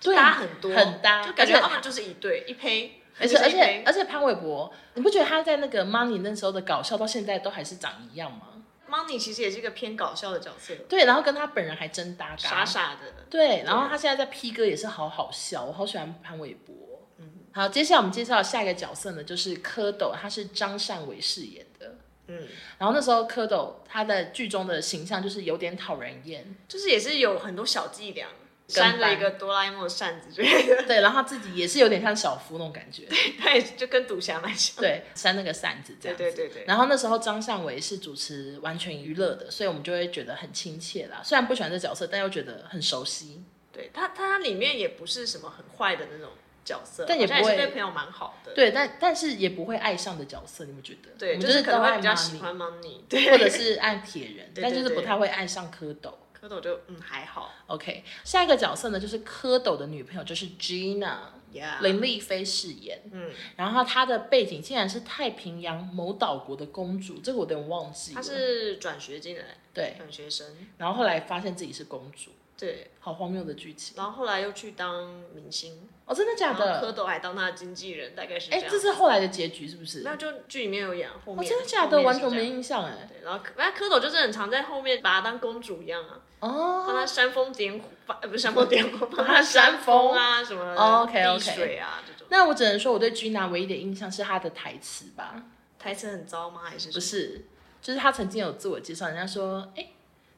[SPEAKER 1] 对
[SPEAKER 2] 搭很多，
[SPEAKER 1] 很搭
[SPEAKER 2] 就感觉
[SPEAKER 1] 而且
[SPEAKER 2] 他们就是一对一胚，
[SPEAKER 1] 而且
[SPEAKER 2] 就是
[SPEAKER 1] 而
[SPEAKER 2] 一
[SPEAKER 1] 且
[SPEAKER 2] 胚
[SPEAKER 1] 而且潘玮柏，你不觉得他在那个 Money 那时候的搞笑到现在都还是长一样吗？
[SPEAKER 2] Money 其实也是一个偏搞笑的角色，
[SPEAKER 1] 对，然后跟他本人还真搭嘎。
[SPEAKER 2] 傻傻的。
[SPEAKER 1] 对，然后他现在在 P 哥也是好好笑，我好喜欢潘玮柏。嗯，好，接下来我们介绍下一个角色呢，就是蝌蚪，他是张善伟饰演的。
[SPEAKER 2] 嗯，
[SPEAKER 1] 然后那时候蝌蚪他的剧中的形象就是有点讨人厌，
[SPEAKER 2] 就是也是有很多小伎俩，
[SPEAKER 1] 跟班
[SPEAKER 2] 扇了一个哆啦 A 梦的扇子之类的，
[SPEAKER 1] 对，然后他自己也是有点像小夫那种感觉，
[SPEAKER 2] 他也就跟赌侠蛮像。
[SPEAKER 1] 对，扇那个扇子这
[SPEAKER 2] 对
[SPEAKER 1] 样子。
[SPEAKER 2] 对对对，
[SPEAKER 1] 然后那时候张善伟是主持完全娱乐的，所以我们就会觉得很亲切啦。虽然不喜欢这角色，但又觉得很熟悉。
[SPEAKER 2] 对他他里面也不是什么很坏的那种角色，
[SPEAKER 1] 但也
[SPEAKER 2] 好像
[SPEAKER 1] 不
[SPEAKER 2] 是
[SPEAKER 1] 会
[SPEAKER 2] 对朋友蛮好的。
[SPEAKER 1] 对，但但是也不会爱上的角色，你们觉得？
[SPEAKER 2] 对，
[SPEAKER 1] 我们
[SPEAKER 2] 就
[SPEAKER 1] 就是
[SPEAKER 2] 可能
[SPEAKER 1] 都
[SPEAKER 2] 会
[SPEAKER 1] 爱
[SPEAKER 2] 比较
[SPEAKER 1] Money
[SPEAKER 2] 喜欢 Money，对，
[SPEAKER 1] 啊或者是爱铁人，
[SPEAKER 2] 对对
[SPEAKER 1] 但就是不
[SPEAKER 2] 对
[SPEAKER 1] 太会爱上蝌蚪。
[SPEAKER 2] 蝌蚪就嗯还好
[SPEAKER 1] OK，下一个角色呢，就是蝌蚪的女朋友，就是 Gina，
[SPEAKER 2] ，Yeah，
[SPEAKER 1] 林丽菲饰演。
[SPEAKER 2] 嗯，
[SPEAKER 1] 然后她的背景竟然是太平洋某岛国的公主，这个我有点忘记
[SPEAKER 2] 他
[SPEAKER 1] 了。
[SPEAKER 2] 是转学进来，
[SPEAKER 1] 对，
[SPEAKER 2] 转学生，
[SPEAKER 1] 然后后来发现自己是公主，
[SPEAKER 2] 对，
[SPEAKER 1] 好荒谬的剧情
[SPEAKER 2] 然后后来又去当明星，
[SPEAKER 1] 哦！真的假
[SPEAKER 2] 然后
[SPEAKER 1] 的？
[SPEAKER 2] 蝌蚪还当他的经纪人，大概是
[SPEAKER 1] 哎，
[SPEAKER 2] 样
[SPEAKER 1] 这。是后来的结局是不是？
[SPEAKER 2] 没有，就剧里面有演后
[SPEAKER 1] 哦，
[SPEAKER 2] 面。
[SPEAKER 1] 真的假
[SPEAKER 2] 后
[SPEAKER 1] 的？
[SPEAKER 2] 面
[SPEAKER 1] 完
[SPEAKER 2] 是
[SPEAKER 1] 全
[SPEAKER 2] 这
[SPEAKER 1] 没
[SPEAKER 2] 样。
[SPEAKER 1] 印象哎。
[SPEAKER 2] 对，然后可反正蝌蚪就是很常在后面把她当公主一样啊，帮
[SPEAKER 1] 哦
[SPEAKER 2] 她煽风点火，把呃不是煽风 点火，帮她
[SPEAKER 1] 她
[SPEAKER 2] 煽
[SPEAKER 1] 煽风
[SPEAKER 2] 风啊什么的
[SPEAKER 1] 哦，OK，OK
[SPEAKER 2] 递水啊这种。
[SPEAKER 1] 那我只能说我对 Gina 唯一的印象是她的台词吧。
[SPEAKER 2] 台词很糟吗？还嗯是什么
[SPEAKER 1] 不？是，就是他曾经有自我介绍，人家说，哎、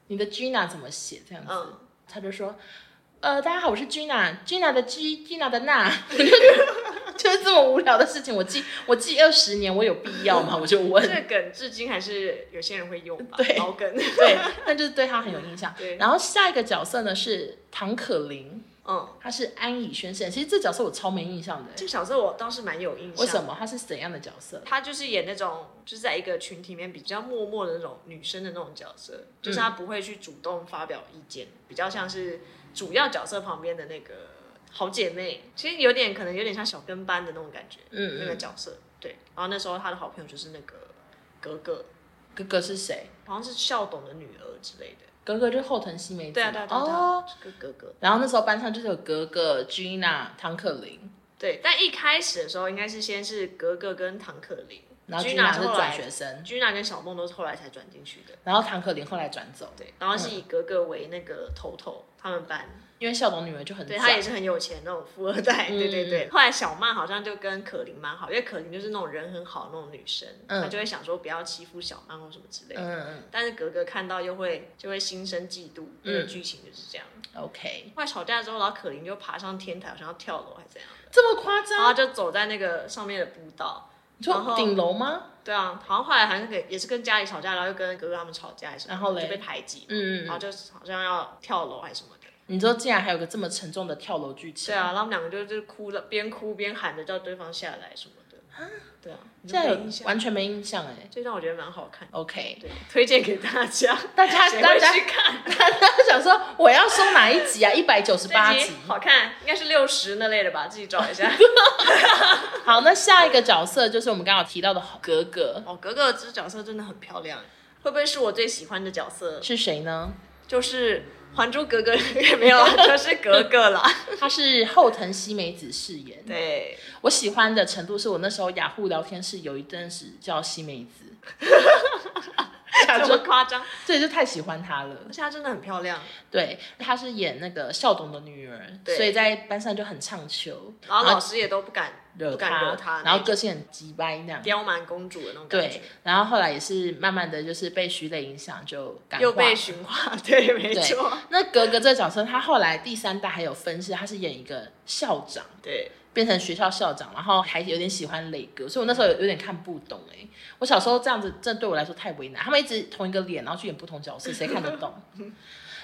[SPEAKER 1] 你的 Gina 怎么写这样子？
[SPEAKER 2] 嗯
[SPEAKER 1] 他就说，呃，大家好，我是 Gina，Gina 的 G，Gina 的那， 就是这么无聊的事情，我记我记二十年，我有必要吗？我就
[SPEAKER 2] 这
[SPEAKER 1] 问。
[SPEAKER 2] 个梗至今还是有些人会用吧，
[SPEAKER 1] 对
[SPEAKER 2] 老梗。
[SPEAKER 1] 对， 那就是对他很有印象。
[SPEAKER 2] 对
[SPEAKER 1] 然后下一个角色呢是唐可琳，
[SPEAKER 2] 嗯，
[SPEAKER 1] 她是安以轩饰演。其实这角色我超没印象的，
[SPEAKER 2] 这小时候我倒是蛮有印象。
[SPEAKER 1] 为什？么？她是怎样的角色？
[SPEAKER 2] 她就是演那种就是在一个群体里面比较默默的那种女生的那种角色，就是她不会去主动发表意见，比较像是主要角色旁边的那个好姐妹，其实有点可能有点像小跟班的那种感觉，
[SPEAKER 1] 嗯
[SPEAKER 2] 那个角色。对，然后那时候她的好朋友就是那个格格，
[SPEAKER 1] 哥哥是谁？
[SPEAKER 2] 好像是校董的女儿之类的。
[SPEAKER 1] 哥哥就是后藤新梅子
[SPEAKER 2] 对啊，
[SPEAKER 1] 嘛。
[SPEAKER 2] 对啊，对啊，对
[SPEAKER 1] 哦
[SPEAKER 2] 啊，是个格格。
[SPEAKER 1] 然后那时候班上就是有格格、Gina、唐可琳，
[SPEAKER 2] 对，但一开始的时候应该是先是格格跟唐可琳，
[SPEAKER 1] 然后
[SPEAKER 2] Gina
[SPEAKER 1] Gina
[SPEAKER 2] 是
[SPEAKER 1] 是
[SPEAKER 2] 后
[SPEAKER 1] 转
[SPEAKER 2] 来
[SPEAKER 1] 学生，
[SPEAKER 2] 居然跟小梦都是后来才转进去的。
[SPEAKER 1] 然后唐可琳后来转走，
[SPEAKER 2] 对，然后是以格格为那个头头，他们班，
[SPEAKER 1] 因为校董女儿就很嗯
[SPEAKER 2] 对他也
[SPEAKER 1] 拽，
[SPEAKER 2] 是很有钱那种富二代，对对对。后来小曼好像就跟可琳蛮好，因为可琳就是那种人很好的那种女生，
[SPEAKER 1] 嗯
[SPEAKER 2] 她就会想说不要欺负小曼或什么之类的。
[SPEAKER 1] 嗯
[SPEAKER 2] 但是格格看到又会就会心生嫉妒，那个
[SPEAKER 1] 嗯
[SPEAKER 2] 剧情就是这样。
[SPEAKER 1] 嗯，OK，
[SPEAKER 2] 后来吵架之后，然后可琳就爬上天台，好像要跳楼还是怎样的，
[SPEAKER 1] 这么夸
[SPEAKER 2] 然
[SPEAKER 1] 张？
[SPEAKER 2] 后就走在那个上面的步道，
[SPEAKER 1] 你
[SPEAKER 2] 然
[SPEAKER 1] 说
[SPEAKER 2] 后
[SPEAKER 1] 顶楼吗？
[SPEAKER 2] 对啊，好像后来好像跟也是跟家里吵架，然后又跟哥哥他们吵架还是什么，
[SPEAKER 1] 然后嘞
[SPEAKER 2] 就被排挤，
[SPEAKER 1] 嗯，
[SPEAKER 2] 然后就好像要跳楼还是什么的。
[SPEAKER 1] 你说竟然还有个这么沉重的跳楼剧情
[SPEAKER 2] 啊对，啊，然后他们两个就就哭了，边哭边喊着叫对方下来什么的。对啊，你
[SPEAKER 1] 这样
[SPEAKER 2] 都没
[SPEAKER 1] 有
[SPEAKER 2] 印象
[SPEAKER 1] 完全没印象哎、
[SPEAKER 2] 这段我觉得蛮好看，
[SPEAKER 1] OK，
[SPEAKER 2] 对，推荐给 大家，
[SPEAKER 1] 大家
[SPEAKER 2] 谁
[SPEAKER 1] 大
[SPEAKER 2] 会
[SPEAKER 1] 家
[SPEAKER 2] 去看？
[SPEAKER 1] 大家想说我要搜哪一集啊？一百九十八
[SPEAKER 2] 这
[SPEAKER 1] 集
[SPEAKER 2] 集。好看，应该是六十那类的吧，自己找一 下。
[SPEAKER 1] 好，那下一个角色就是我们刚好提到的格格
[SPEAKER 2] 哦，格格这角色真的很漂亮，会不会是我最喜欢的角色？
[SPEAKER 1] 是谁呢？
[SPEAKER 2] 就是《还珠格格》没有啊， 就是格格啦。
[SPEAKER 1] 她是后藤希美子饰演。
[SPEAKER 2] 对，
[SPEAKER 1] 我喜欢的程度是我那时候雅虎聊天室有一阵子叫希美 子，假
[SPEAKER 2] 这么
[SPEAKER 1] 装
[SPEAKER 2] 夸张，
[SPEAKER 1] 对，就太喜欢她了
[SPEAKER 2] 而。且她真的很漂亮。
[SPEAKER 1] 对，她是演那个孝董的女儿，
[SPEAKER 2] 对
[SPEAKER 1] 所以在班上就很唱秋，
[SPEAKER 2] 然后老师也都不敢
[SPEAKER 1] 惹
[SPEAKER 2] 不敢惹
[SPEAKER 1] 她，
[SPEAKER 2] 她，
[SPEAKER 1] 然后个性很急掰那样。
[SPEAKER 2] 刁蛮公主的那种感
[SPEAKER 1] 对
[SPEAKER 2] 觉，，
[SPEAKER 1] 然后后来也是慢慢的就是被徐磊影响，就感
[SPEAKER 2] 又
[SPEAKER 1] 化
[SPEAKER 2] 被
[SPEAKER 1] 了
[SPEAKER 2] 驯化， 对，没
[SPEAKER 1] 对
[SPEAKER 2] 错，
[SPEAKER 1] 那格格这个角色，她后来第三代还有分是，她是演一个校长，
[SPEAKER 2] 对，
[SPEAKER 1] 变成学校校长，然后还有点喜欢磊哥，所以我那时候有有点看不懂哎、我小时候这样子，这对我来说太为难。他们一直同一个脸，然后去演不同角色，谁看得懂？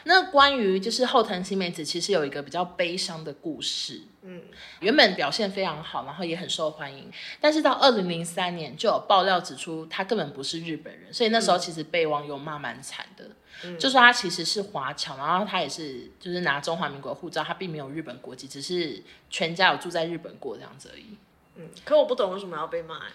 [SPEAKER 1] 那关于就是后藤新美子，其实有一个比较悲伤的故事。
[SPEAKER 2] 嗯，
[SPEAKER 1] 原本表现非常好，然后也很受欢迎，但是到二零零三年就有爆料指出他根本不是日本人，所以那时候其实被网友骂蛮惨的，
[SPEAKER 2] 嗯
[SPEAKER 1] 就说他其实是华侨，然后他也是就是拿中华民国护照，他并没有日本国籍，只是全家有住在日本过这样子而已。
[SPEAKER 2] 嗯，可我不懂为什么要被骂、欸，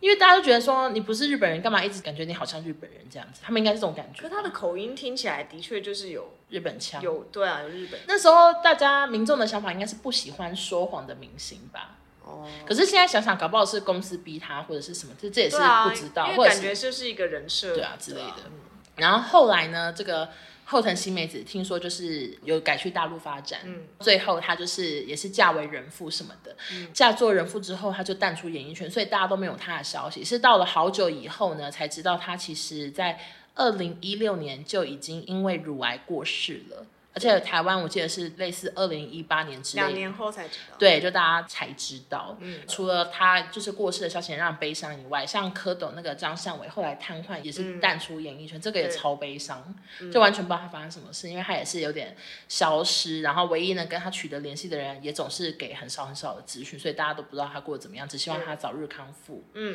[SPEAKER 1] 因为大家都觉得说你不是日本人，干嘛一直感觉你好像日本人这样子？他们应该是这种感觉
[SPEAKER 2] 可。他的口音听起来的确就是有
[SPEAKER 1] 日本腔，
[SPEAKER 2] 有对啊，有日本
[SPEAKER 1] 那时候大家民众的想法应该是不喜欢说谎的明星吧？
[SPEAKER 2] 哦，
[SPEAKER 1] 可是现在想想，搞不好是公司逼他，或者是什么，这这也是
[SPEAKER 2] 对啊，
[SPEAKER 1] 不知道，
[SPEAKER 2] 因
[SPEAKER 1] 或
[SPEAKER 2] 为
[SPEAKER 1] 者
[SPEAKER 2] 感
[SPEAKER 1] 是
[SPEAKER 2] 觉就是一个人设
[SPEAKER 1] 对啊之类的
[SPEAKER 2] 嗯
[SPEAKER 1] 然后后来呢，这个后藤新美子听说就是有改去大陆发展，
[SPEAKER 2] 嗯
[SPEAKER 1] 最后她就是也是嫁为人妇什么的。嫁做人妇之后，她就淡出演艺圈，所以大家都没有她的消息。是到了好久以后呢，才知道她其实在二零一六年就已经因为乳癌过世了，而且台湾我记得是类似二零一八年之类
[SPEAKER 2] 两
[SPEAKER 1] 的
[SPEAKER 2] 年后才知道，
[SPEAKER 1] 对，就大家才知道。
[SPEAKER 2] 嗯
[SPEAKER 1] 除了他就是过世的消息很让人悲伤以外，像蝌蚪那个张善伟后来瘫痪也是
[SPEAKER 2] 嗯
[SPEAKER 1] 淡出演艺圈，这个也
[SPEAKER 2] 对
[SPEAKER 1] 超悲伤，
[SPEAKER 2] 嗯
[SPEAKER 1] 就完全不知道他发生什么事，因为他也是有点消失，然后唯一能跟他取得联系的人也总是给很少很少的资讯，所以大家都不知道他过得怎么样，只希望他早日康复。
[SPEAKER 2] 嗯，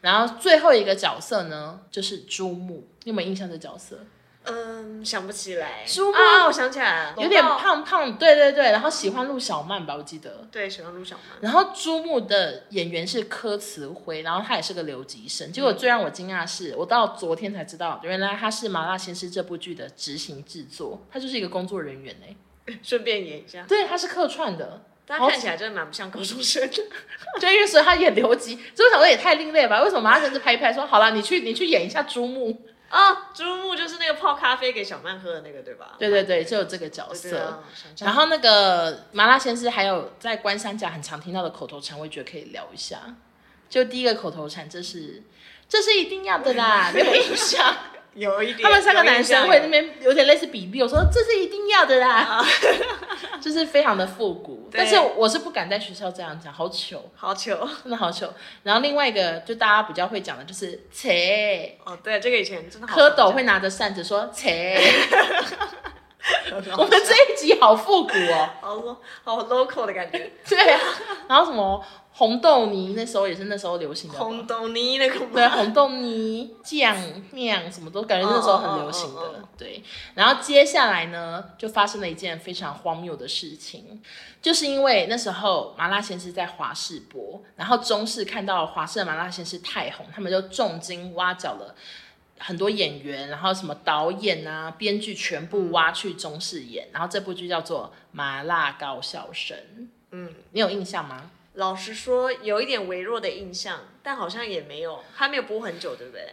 [SPEAKER 1] 然后最后一个角色呢，就是朱木，你有没有印象这角色？
[SPEAKER 2] 嗯，想不起来。
[SPEAKER 1] 舒曼
[SPEAKER 2] 啊，我想起来了，
[SPEAKER 1] 有点
[SPEAKER 2] 龙猫。
[SPEAKER 1] 胖胖，对对对，然后喜欢陆小曼吧，我记得。
[SPEAKER 2] 对，喜欢陆小曼。
[SPEAKER 1] 然后朱木的演员是柯慈辉，然后他也是个留级生。结果最让我惊讶的是，我到昨天才知道，原来他是《麻辣鲜师》这部剧的执行制作，他就是一个工作人员哎、
[SPEAKER 2] 顺便演一下，
[SPEAKER 1] 对，他是客串的，
[SPEAKER 2] 但
[SPEAKER 1] 好
[SPEAKER 2] 看起来真的蛮不像高中生 的。
[SPEAKER 1] 就因为所以他演留级，就我想说也太另类吧？为什么《麻辣鲜师》拍一拍说好了，你去你去演一下朱木？
[SPEAKER 2] 啊，朱木就是那个泡咖啡给小曼喝的那个，对吧？
[SPEAKER 1] 对对对，就有这个角
[SPEAKER 2] 对
[SPEAKER 1] 色。
[SPEAKER 2] 对啊，想起来
[SPEAKER 1] 然后那个《麻辣鲜师》还有在关山甲很常听到的口头禅，我也觉得可以聊一下。就第一个口头禅，这是这是一定要的 啦，没有印象。
[SPEAKER 2] 有一点。
[SPEAKER 1] 他们三个男生会那
[SPEAKER 2] 有印象
[SPEAKER 1] 边有点类似比例，我说这是一定要的啦， 就是非常的复古。
[SPEAKER 2] 啊对
[SPEAKER 1] 但是我是不敢在学校这样讲，好糗，
[SPEAKER 2] 好糗
[SPEAKER 1] 真的好糗。然后另外一个就大家比较会讲的就是切，
[SPEAKER 2] 哦，对，这个以前真的好
[SPEAKER 1] 蝌蚪会拿着扇子说切。我们这一集好复古 哦，
[SPEAKER 2] 好 lo 好 local 的感觉，
[SPEAKER 1] 对啊。然后什么红豆泥，那时候也是那时候流行的吧，
[SPEAKER 2] 红豆泥那个
[SPEAKER 1] 对，
[SPEAKER 2] 吗？
[SPEAKER 1] 红豆泥、酱、面什么都感觉那时候很流行
[SPEAKER 2] 嗯嗯嗯嗯
[SPEAKER 1] 的。对，然后接下来呢，就发生了一件非常荒谬的事情，就是因为那时候麻辣鲜师在华视播，然后中视看到华视的麻辣鲜师太红，他们就重金挖角了。很多演员，然后什么导演啊、编剧全部挖去中视演，然后这部剧叫做《麻辣高校生》，
[SPEAKER 2] 嗯，
[SPEAKER 1] 你有印象吗？
[SPEAKER 2] 老实说，有一点微弱的印象，但好像也没有，他没有播很久，对不对？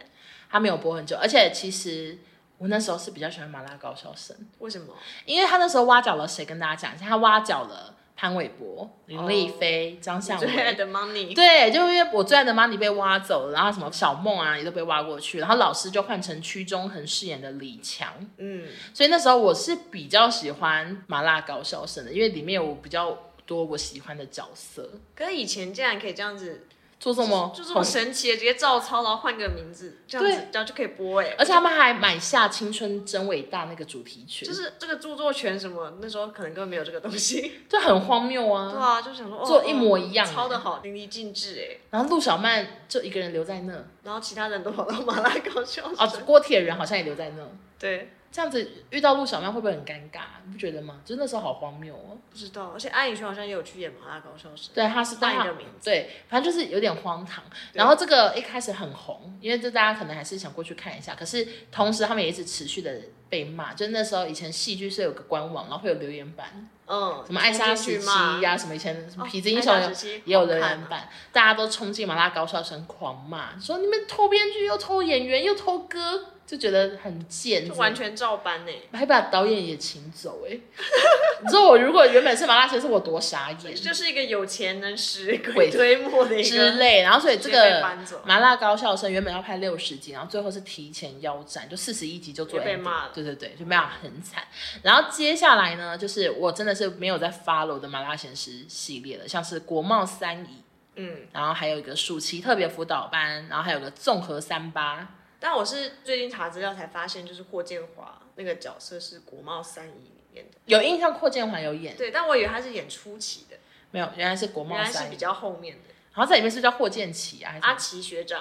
[SPEAKER 1] 他没有播很久，而且其实我那时候是比较喜欢《麻辣高校生》，
[SPEAKER 2] 为什么？
[SPEAKER 1] 因为他那时候挖角了谁？跟大家讲一下，他挖角了潘玮柏、林丽菲、张
[SPEAKER 2] 我
[SPEAKER 1] 善
[SPEAKER 2] 哦最爱
[SPEAKER 1] 伟。
[SPEAKER 2] 的 money，
[SPEAKER 1] 对，就因为我最爱的 Money 被挖走了，然后什么小梦啊也都被挖过去，然后老师就换成屈中恒饰演的李强，
[SPEAKER 2] 嗯，
[SPEAKER 1] 所以那时候我是比较喜欢《麻辣高校生》的，因为里面有比较多我喜欢的角色。
[SPEAKER 2] 可是以前竟然可以这样子
[SPEAKER 1] 做这么
[SPEAKER 2] 就这
[SPEAKER 1] 红
[SPEAKER 2] 么神奇的，直接照抄，然后换个名字，这样
[SPEAKER 1] 对
[SPEAKER 2] 子，这样就可以播哎、
[SPEAKER 1] 而且他们还买下《青春真伟大》那个主题曲，
[SPEAKER 2] 就是这个著作权什么，那时候可能根本没有这个东 西。
[SPEAKER 1] 就很荒谬啊。
[SPEAKER 2] 对啊，就想说哦，
[SPEAKER 1] 做一模一样欸
[SPEAKER 2] 哦抄的好，淋漓尽致哎。
[SPEAKER 1] 然后陆小曼就一个人留在那，
[SPEAKER 2] 然后其他人都跑到马拉高校
[SPEAKER 1] 哦
[SPEAKER 2] 去。，
[SPEAKER 1] 郭铁人好像也留在那。
[SPEAKER 2] 对，
[SPEAKER 1] 这样子遇到陆小曼会不会很尴尬？你不觉得吗？就是那时候好荒谬哦。
[SPEAKER 2] 不知道。而且安以轩好像也有去演马拉高校生，
[SPEAKER 1] 对，他是
[SPEAKER 2] 换一
[SPEAKER 1] 大
[SPEAKER 2] 个名字。
[SPEAKER 1] 对，反正就是有点荒唐。
[SPEAKER 2] 对
[SPEAKER 1] 然后这个一开始很红，因为就大家可能还是想过去看一下，可是同时他们也一直持续的被骂。就是那时候以前戏剧是有个官网，然后会有留言板，
[SPEAKER 2] 嗯，
[SPEAKER 1] 什么艾莎时
[SPEAKER 2] 去
[SPEAKER 1] 期
[SPEAKER 2] 嘛，
[SPEAKER 1] 啊呀、什么以前什么
[SPEAKER 2] 哦
[SPEAKER 1] 痞子英雄
[SPEAKER 2] 艾
[SPEAKER 1] 有
[SPEAKER 2] 莎时期
[SPEAKER 1] 也有
[SPEAKER 2] 好
[SPEAKER 1] 留
[SPEAKER 2] 看
[SPEAKER 1] 言
[SPEAKER 2] 啊
[SPEAKER 1] 板，大家都冲进麻辣高校生狂骂，说你们偷编剧又偷演员又偷歌，就觉得很贱，
[SPEAKER 2] 就完全照搬呢、
[SPEAKER 1] 还把导演也请走哎、 你说我如果原本是麻辣学生，我多傻眼
[SPEAKER 2] 就是一个有钱能使
[SPEAKER 1] 鬼
[SPEAKER 2] 鬼推磨的一
[SPEAKER 1] 之
[SPEAKER 2] 个，
[SPEAKER 1] 类。然后所以这
[SPEAKER 2] 直接被
[SPEAKER 1] 个
[SPEAKER 2] 搬走
[SPEAKER 1] 麻辣高校生原本要拍六十集，然后最后是提前腰斩，就四十一集就做
[SPEAKER 2] 也被
[SPEAKER 1] ending
[SPEAKER 2] 骂了
[SPEAKER 1] 对对对，就没有很惨。然后接下来呢，就是我真的是没有在 follow 的麻辣鲜师系列了，像是国贸三乙。
[SPEAKER 2] 嗯。
[SPEAKER 1] 然后还有一个暑期特别辅导班，然后还有个综合三八，
[SPEAKER 2] 但我是最近查资料才发现，就是霍建华那个角色是国贸三乙里面的，
[SPEAKER 1] 有印象霍建华有演，
[SPEAKER 2] 对，但我以为他是演初期的，
[SPEAKER 1] 没有？原来是国贸
[SPEAKER 2] 原来是
[SPEAKER 1] 三
[SPEAKER 2] 比
[SPEAKER 1] 乙，
[SPEAKER 2] 较后面的。
[SPEAKER 1] 然后在里面是不是叫霍建奇啊？还是
[SPEAKER 2] 阿奇学长，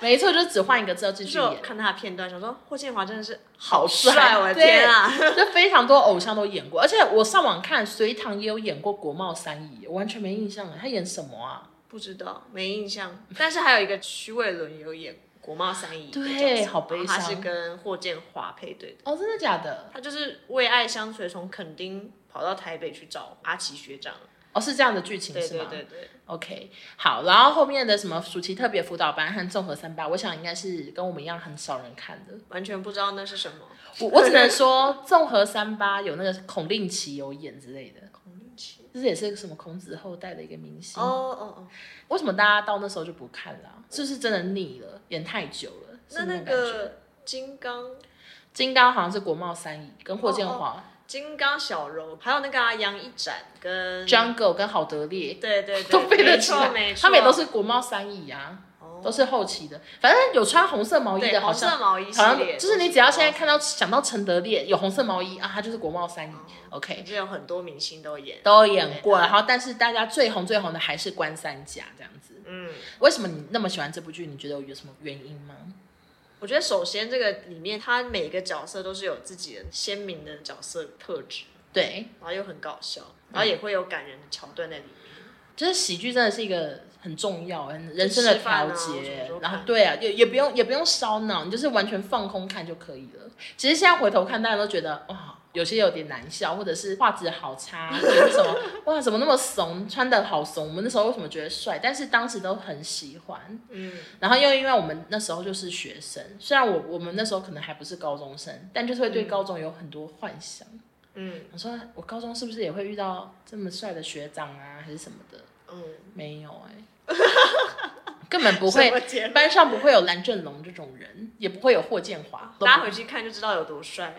[SPEAKER 1] 没错，就是只换一个字要继
[SPEAKER 2] 就
[SPEAKER 1] 续
[SPEAKER 2] 是我
[SPEAKER 1] 演，
[SPEAKER 2] 看他的片段，想说霍建华真的是好
[SPEAKER 1] 帅
[SPEAKER 2] 帅，我的天啊！
[SPEAKER 1] 就非常多偶像都演过，而且我上网看隋唐也有演过国贸三乙，我完全没印象了，他演什么啊？
[SPEAKER 2] 不知道，没印象。但是还有一个徐伟伦有演国贸三乙的角色，
[SPEAKER 1] 对好悲
[SPEAKER 2] 然后他是
[SPEAKER 1] 伤
[SPEAKER 2] 跟霍建华配对的，
[SPEAKER 1] 哦，真的假的？
[SPEAKER 2] 他就是为爱相随，从垦丁跑到台北去找阿奇学长。
[SPEAKER 1] 哦，是这样的剧情
[SPEAKER 2] 对
[SPEAKER 1] 是吗
[SPEAKER 2] 对对对，
[SPEAKER 1] ？OK，好，然后后面的什么暑期特别辅导班和综合三八，我想应该是跟我们一样很少人看的。
[SPEAKER 2] 完全不知道那是什么。
[SPEAKER 1] 我我只 能说，综合三八有那个孔令奇有演之类的，
[SPEAKER 2] 孔令奇。
[SPEAKER 1] 就是也是什么孔子后代的一个明星。
[SPEAKER 2] 哦哦哦，
[SPEAKER 1] 为什么大家到那时候就不看了、啊是不是真的腻了？演太久了。
[SPEAKER 2] 那
[SPEAKER 1] 是
[SPEAKER 2] 那
[SPEAKER 1] 种感觉
[SPEAKER 2] 个金刚。
[SPEAKER 1] 金刚好像是国贸三乙，跟霍建
[SPEAKER 2] 哦
[SPEAKER 1] 华、
[SPEAKER 2] 金刚小柔，还有那个啊杨一展跟
[SPEAKER 1] Jungle 跟郝德烈
[SPEAKER 2] 对哦 对对，
[SPEAKER 1] 都背得
[SPEAKER 2] 没
[SPEAKER 1] 起
[SPEAKER 2] 错
[SPEAKER 1] 来
[SPEAKER 2] 没，错，
[SPEAKER 1] 他们也都是国贸三乙啊，
[SPEAKER 2] 哦
[SPEAKER 1] 都是后期的。反正有穿红色毛衣
[SPEAKER 2] 对
[SPEAKER 1] 的，好
[SPEAKER 2] 红
[SPEAKER 1] 像
[SPEAKER 2] 色毛衣系
[SPEAKER 1] 好像
[SPEAKER 2] 列，
[SPEAKER 1] 就是你只要现在看到想到陈德烈有红色毛衣啊，他就是国贸三乙。OK，
[SPEAKER 2] 哦就有很多明星都演，
[SPEAKER 1] 都演过，
[SPEAKER 2] 对
[SPEAKER 1] 然后但是大家最红最红的还是关三甲这样子。
[SPEAKER 2] 嗯。
[SPEAKER 1] 为什么你那么喜欢这部剧？你觉得有什么原因吗？
[SPEAKER 2] 我觉得首先这个里面，他每一个角色都是有自己的鲜明的角色特质，
[SPEAKER 1] 对，
[SPEAKER 2] 然后又很搞笑，然后也会有感人的桥段在里面。
[SPEAKER 1] 就是喜剧真的是一个很重要、很人生的调
[SPEAKER 2] 就吃饭啊什么
[SPEAKER 1] 节
[SPEAKER 2] 时。候看
[SPEAKER 1] 然后对啊，也也不用也不用烧脑，你就是完全放空看就可以了。其实现在回头看，大家都觉得哇。有些有点难笑，或者是画质好差， 或者是什么哇，怎么那么怂，穿的好怂。我们那时候为什么觉得帅？但是当时都很喜欢。
[SPEAKER 2] 嗯，
[SPEAKER 1] 然后又因为我们那时候就是学生，虽然我我们那时候可能还不是高中生，但就是会对高中有很多幻想。
[SPEAKER 2] 嗯
[SPEAKER 1] 我说我高中是不是也会遇到这么帅的学长啊，还是什么的？
[SPEAKER 2] 嗯，
[SPEAKER 1] 没有哎、 根本不会
[SPEAKER 2] 什么节，目
[SPEAKER 1] 班上不会有蓝正龙这种人，也不会有霍建华。都不
[SPEAKER 2] 大家回去看就知道有多 帅。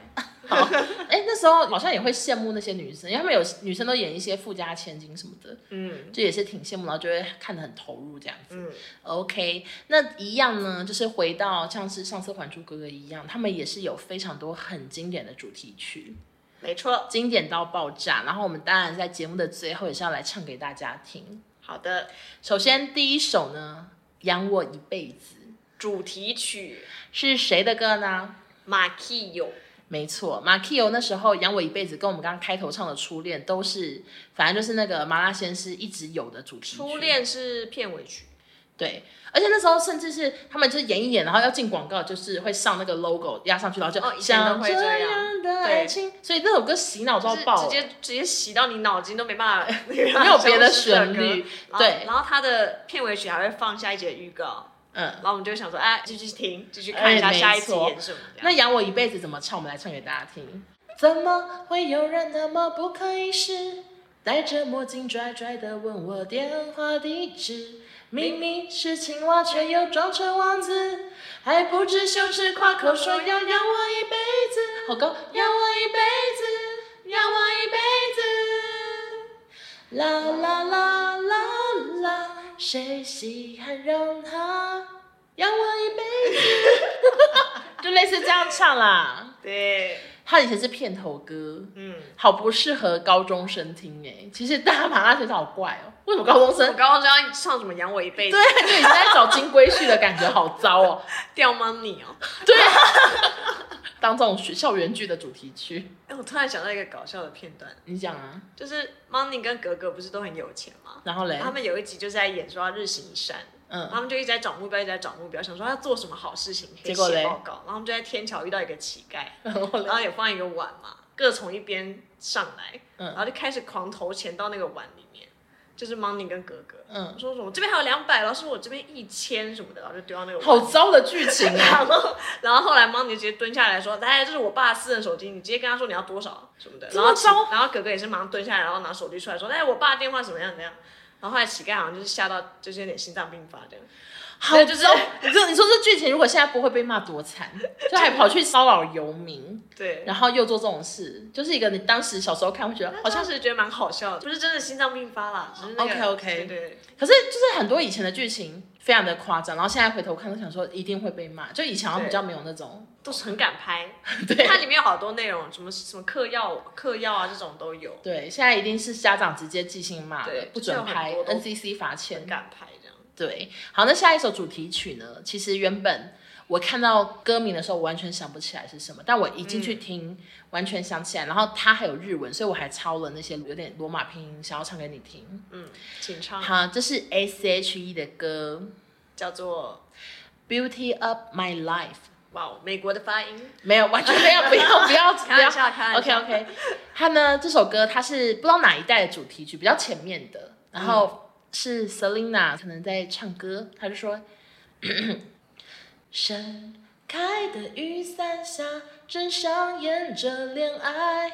[SPEAKER 1] 哎、那时候好像也会羡慕那些女生，因为他们有女生都演一些富家千金什么的，
[SPEAKER 2] 嗯
[SPEAKER 1] 就也是挺羡慕，然后就会看得很投入这样子。
[SPEAKER 2] 嗯，
[SPEAKER 1] OK，那一样呢，就是回到像是上次《还珠格格》一样，他们也是有非常多很经典的主题曲，
[SPEAKER 2] 没错。
[SPEAKER 1] 经典到爆炸。然后我们当然在节目的最后也是要来唱给大家听。
[SPEAKER 2] 好的，
[SPEAKER 1] 首先第一首呢，《养我一辈子》
[SPEAKER 2] 主题曲
[SPEAKER 1] 是谁的歌呢？
[SPEAKER 2] 马奎有，
[SPEAKER 1] 没错，马 k i o 那时候养我一辈子，跟我们刚刚开头唱的初恋都是，反正就是那个麻辣鲜师一直有的主题曲。
[SPEAKER 2] 初恋是片尾曲。
[SPEAKER 1] 对，而且那时候甚至是他们就是演一演，然后要进广告，就是会上那个 logo 压上去，然后就
[SPEAKER 2] 哦以前
[SPEAKER 1] 像
[SPEAKER 2] 都会这样
[SPEAKER 1] 样的爱情，所以那首歌洗脑
[SPEAKER 2] 就
[SPEAKER 1] 到
[SPEAKER 2] 是
[SPEAKER 1] 爆
[SPEAKER 2] 直，接直接洗到你脑筋都没办 法，没
[SPEAKER 1] 没有别的旋律，对
[SPEAKER 2] 然后它的片尾曲还会放下一节预告，
[SPEAKER 1] 嗯。
[SPEAKER 2] 然后我们就会想说，哎，继续听，继续看一下
[SPEAKER 1] 哎没
[SPEAKER 2] 下一集
[SPEAKER 1] 错
[SPEAKER 2] 演什么。这样
[SPEAKER 1] 那养我一辈子怎么唱？我们来唱给大家听。怎么会有人那么不可一世？戴着墨镜拽拽的问我电话地址，明明是青蛙，却又装成王子，还不知羞耻，夸口说要养我一辈子，好高，养我一辈子，养我一辈子。啦啦啦啦啦，谁稀罕让他养我一辈子？就类似这样唱啦。
[SPEAKER 2] 对，
[SPEAKER 1] 他以前是片头歌，
[SPEAKER 2] 嗯，
[SPEAKER 1] 好不适合高中生听哎、其实大家把它觉得好怪哦、为什么高中
[SPEAKER 2] 我
[SPEAKER 1] 生？
[SPEAKER 2] 刚刚知道你唱什么养我一辈子
[SPEAKER 1] 对，，就已经在找金龟婿的感觉，好糟哦、
[SPEAKER 2] 掉 money 哦。
[SPEAKER 1] 当这种学校园剧的主题曲，
[SPEAKER 2] 哎，我突然想到一个搞笑的片段，
[SPEAKER 1] 你讲啊。
[SPEAKER 2] 就是 money 跟格格不是都很有钱吗？
[SPEAKER 1] 然后嘞，
[SPEAKER 2] 他们有一集就是在演说要日行一善，
[SPEAKER 1] 嗯，
[SPEAKER 2] 他们就一直在找目标，一直在找目标，想说要做什么好事情，可以
[SPEAKER 1] 结果嘞
[SPEAKER 2] 写报告。然后他们就在天桥遇到一个乞丐，
[SPEAKER 1] 然后嘞
[SPEAKER 2] 然，后也放一个碗嘛，各从一边上来，
[SPEAKER 1] 嗯
[SPEAKER 2] 然后就开始狂投钱到那个碗里面，就是 Money 跟格格，
[SPEAKER 1] 嗯，
[SPEAKER 2] 说什么这边还有两百，老师我这边一千什么的，然后就丢到那个
[SPEAKER 1] 好
[SPEAKER 2] 碗。
[SPEAKER 1] 糟的剧情 啊！
[SPEAKER 2] 然后，然后后来 Money 直接蹲下来说：“哎，这是我爸私人手机，你直接跟他说你要多少什么的。”
[SPEAKER 1] 这
[SPEAKER 2] 然
[SPEAKER 1] 么
[SPEAKER 2] 后乞，
[SPEAKER 1] 糟
[SPEAKER 2] 然后哥哥也是马上蹲下来，然后拿手机出来说：“哎，我爸电话怎么样怎么样。”然后后来乞丐好像就是吓到，就是有点心脏病发这样。
[SPEAKER 1] 好
[SPEAKER 2] 对就是
[SPEAKER 1] 糟，你说你说这剧情如果现在播会被骂多惨，就还跑去骚扰游民，
[SPEAKER 2] 对，
[SPEAKER 1] 然后又做这种事，就是一个你当时小时候看会觉得好
[SPEAKER 2] 好
[SPEAKER 1] 像
[SPEAKER 2] 像是觉得蛮好笑的，不是真的心脏病发啦，只是那个
[SPEAKER 1] OK，OK
[SPEAKER 2] 对对
[SPEAKER 1] 可是就是很多以前的剧情非常的夸张，然后现在回头看都想说一定会被骂，就以前好像比较没有那种
[SPEAKER 2] 都是很敢拍，
[SPEAKER 1] 对。
[SPEAKER 2] 它里面有好多内容，什么什么嗑药、嗑药啊这种都有，
[SPEAKER 1] 对，现在一定是家长直接即兴骂了
[SPEAKER 2] 对，
[SPEAKER 1] 不准拍
[SPEAKER 2] 就是有很多都
[SPEAKER 1] ，NCC 罚钱
[SPEAKER 2] 很。敢拍这样。
[SPEAKER 1] 对，好，那下一首主题曲呢？其实原本我看到歌名的时候，我完全想不起来是什么，但我一进去听，完全想起来。然后它还有日文，所以我还抄了那些有点罗马拼音，想要唱给你听。
[SPEAKER 2] 嗯，请唱
[SPEAKER 1] 好，这是 S.H.E E 的歌
[SPEAKER 2] 叫做
[SPEAKER 1] 《Beauty Up My Life》，
[SPEAKER 2] 哇哦，美国的发音，
[SPEAKER 1] 没有，完全没有，不要，不要，不
[SPEAKER 2] 开
[SPEAKER 1] 要
[SPEAKER 2] 玩。笑，开玩
[SPEAKER 1] OK
[SPEAKER 2] 笑。
[SPEAKER 1] OK，它呢这首歌它是不知道哪一代的主题曲，比较前面的，然后是 Selina 可能在唱歌，她就说， 盛开的雨伞下正上演着恋爱。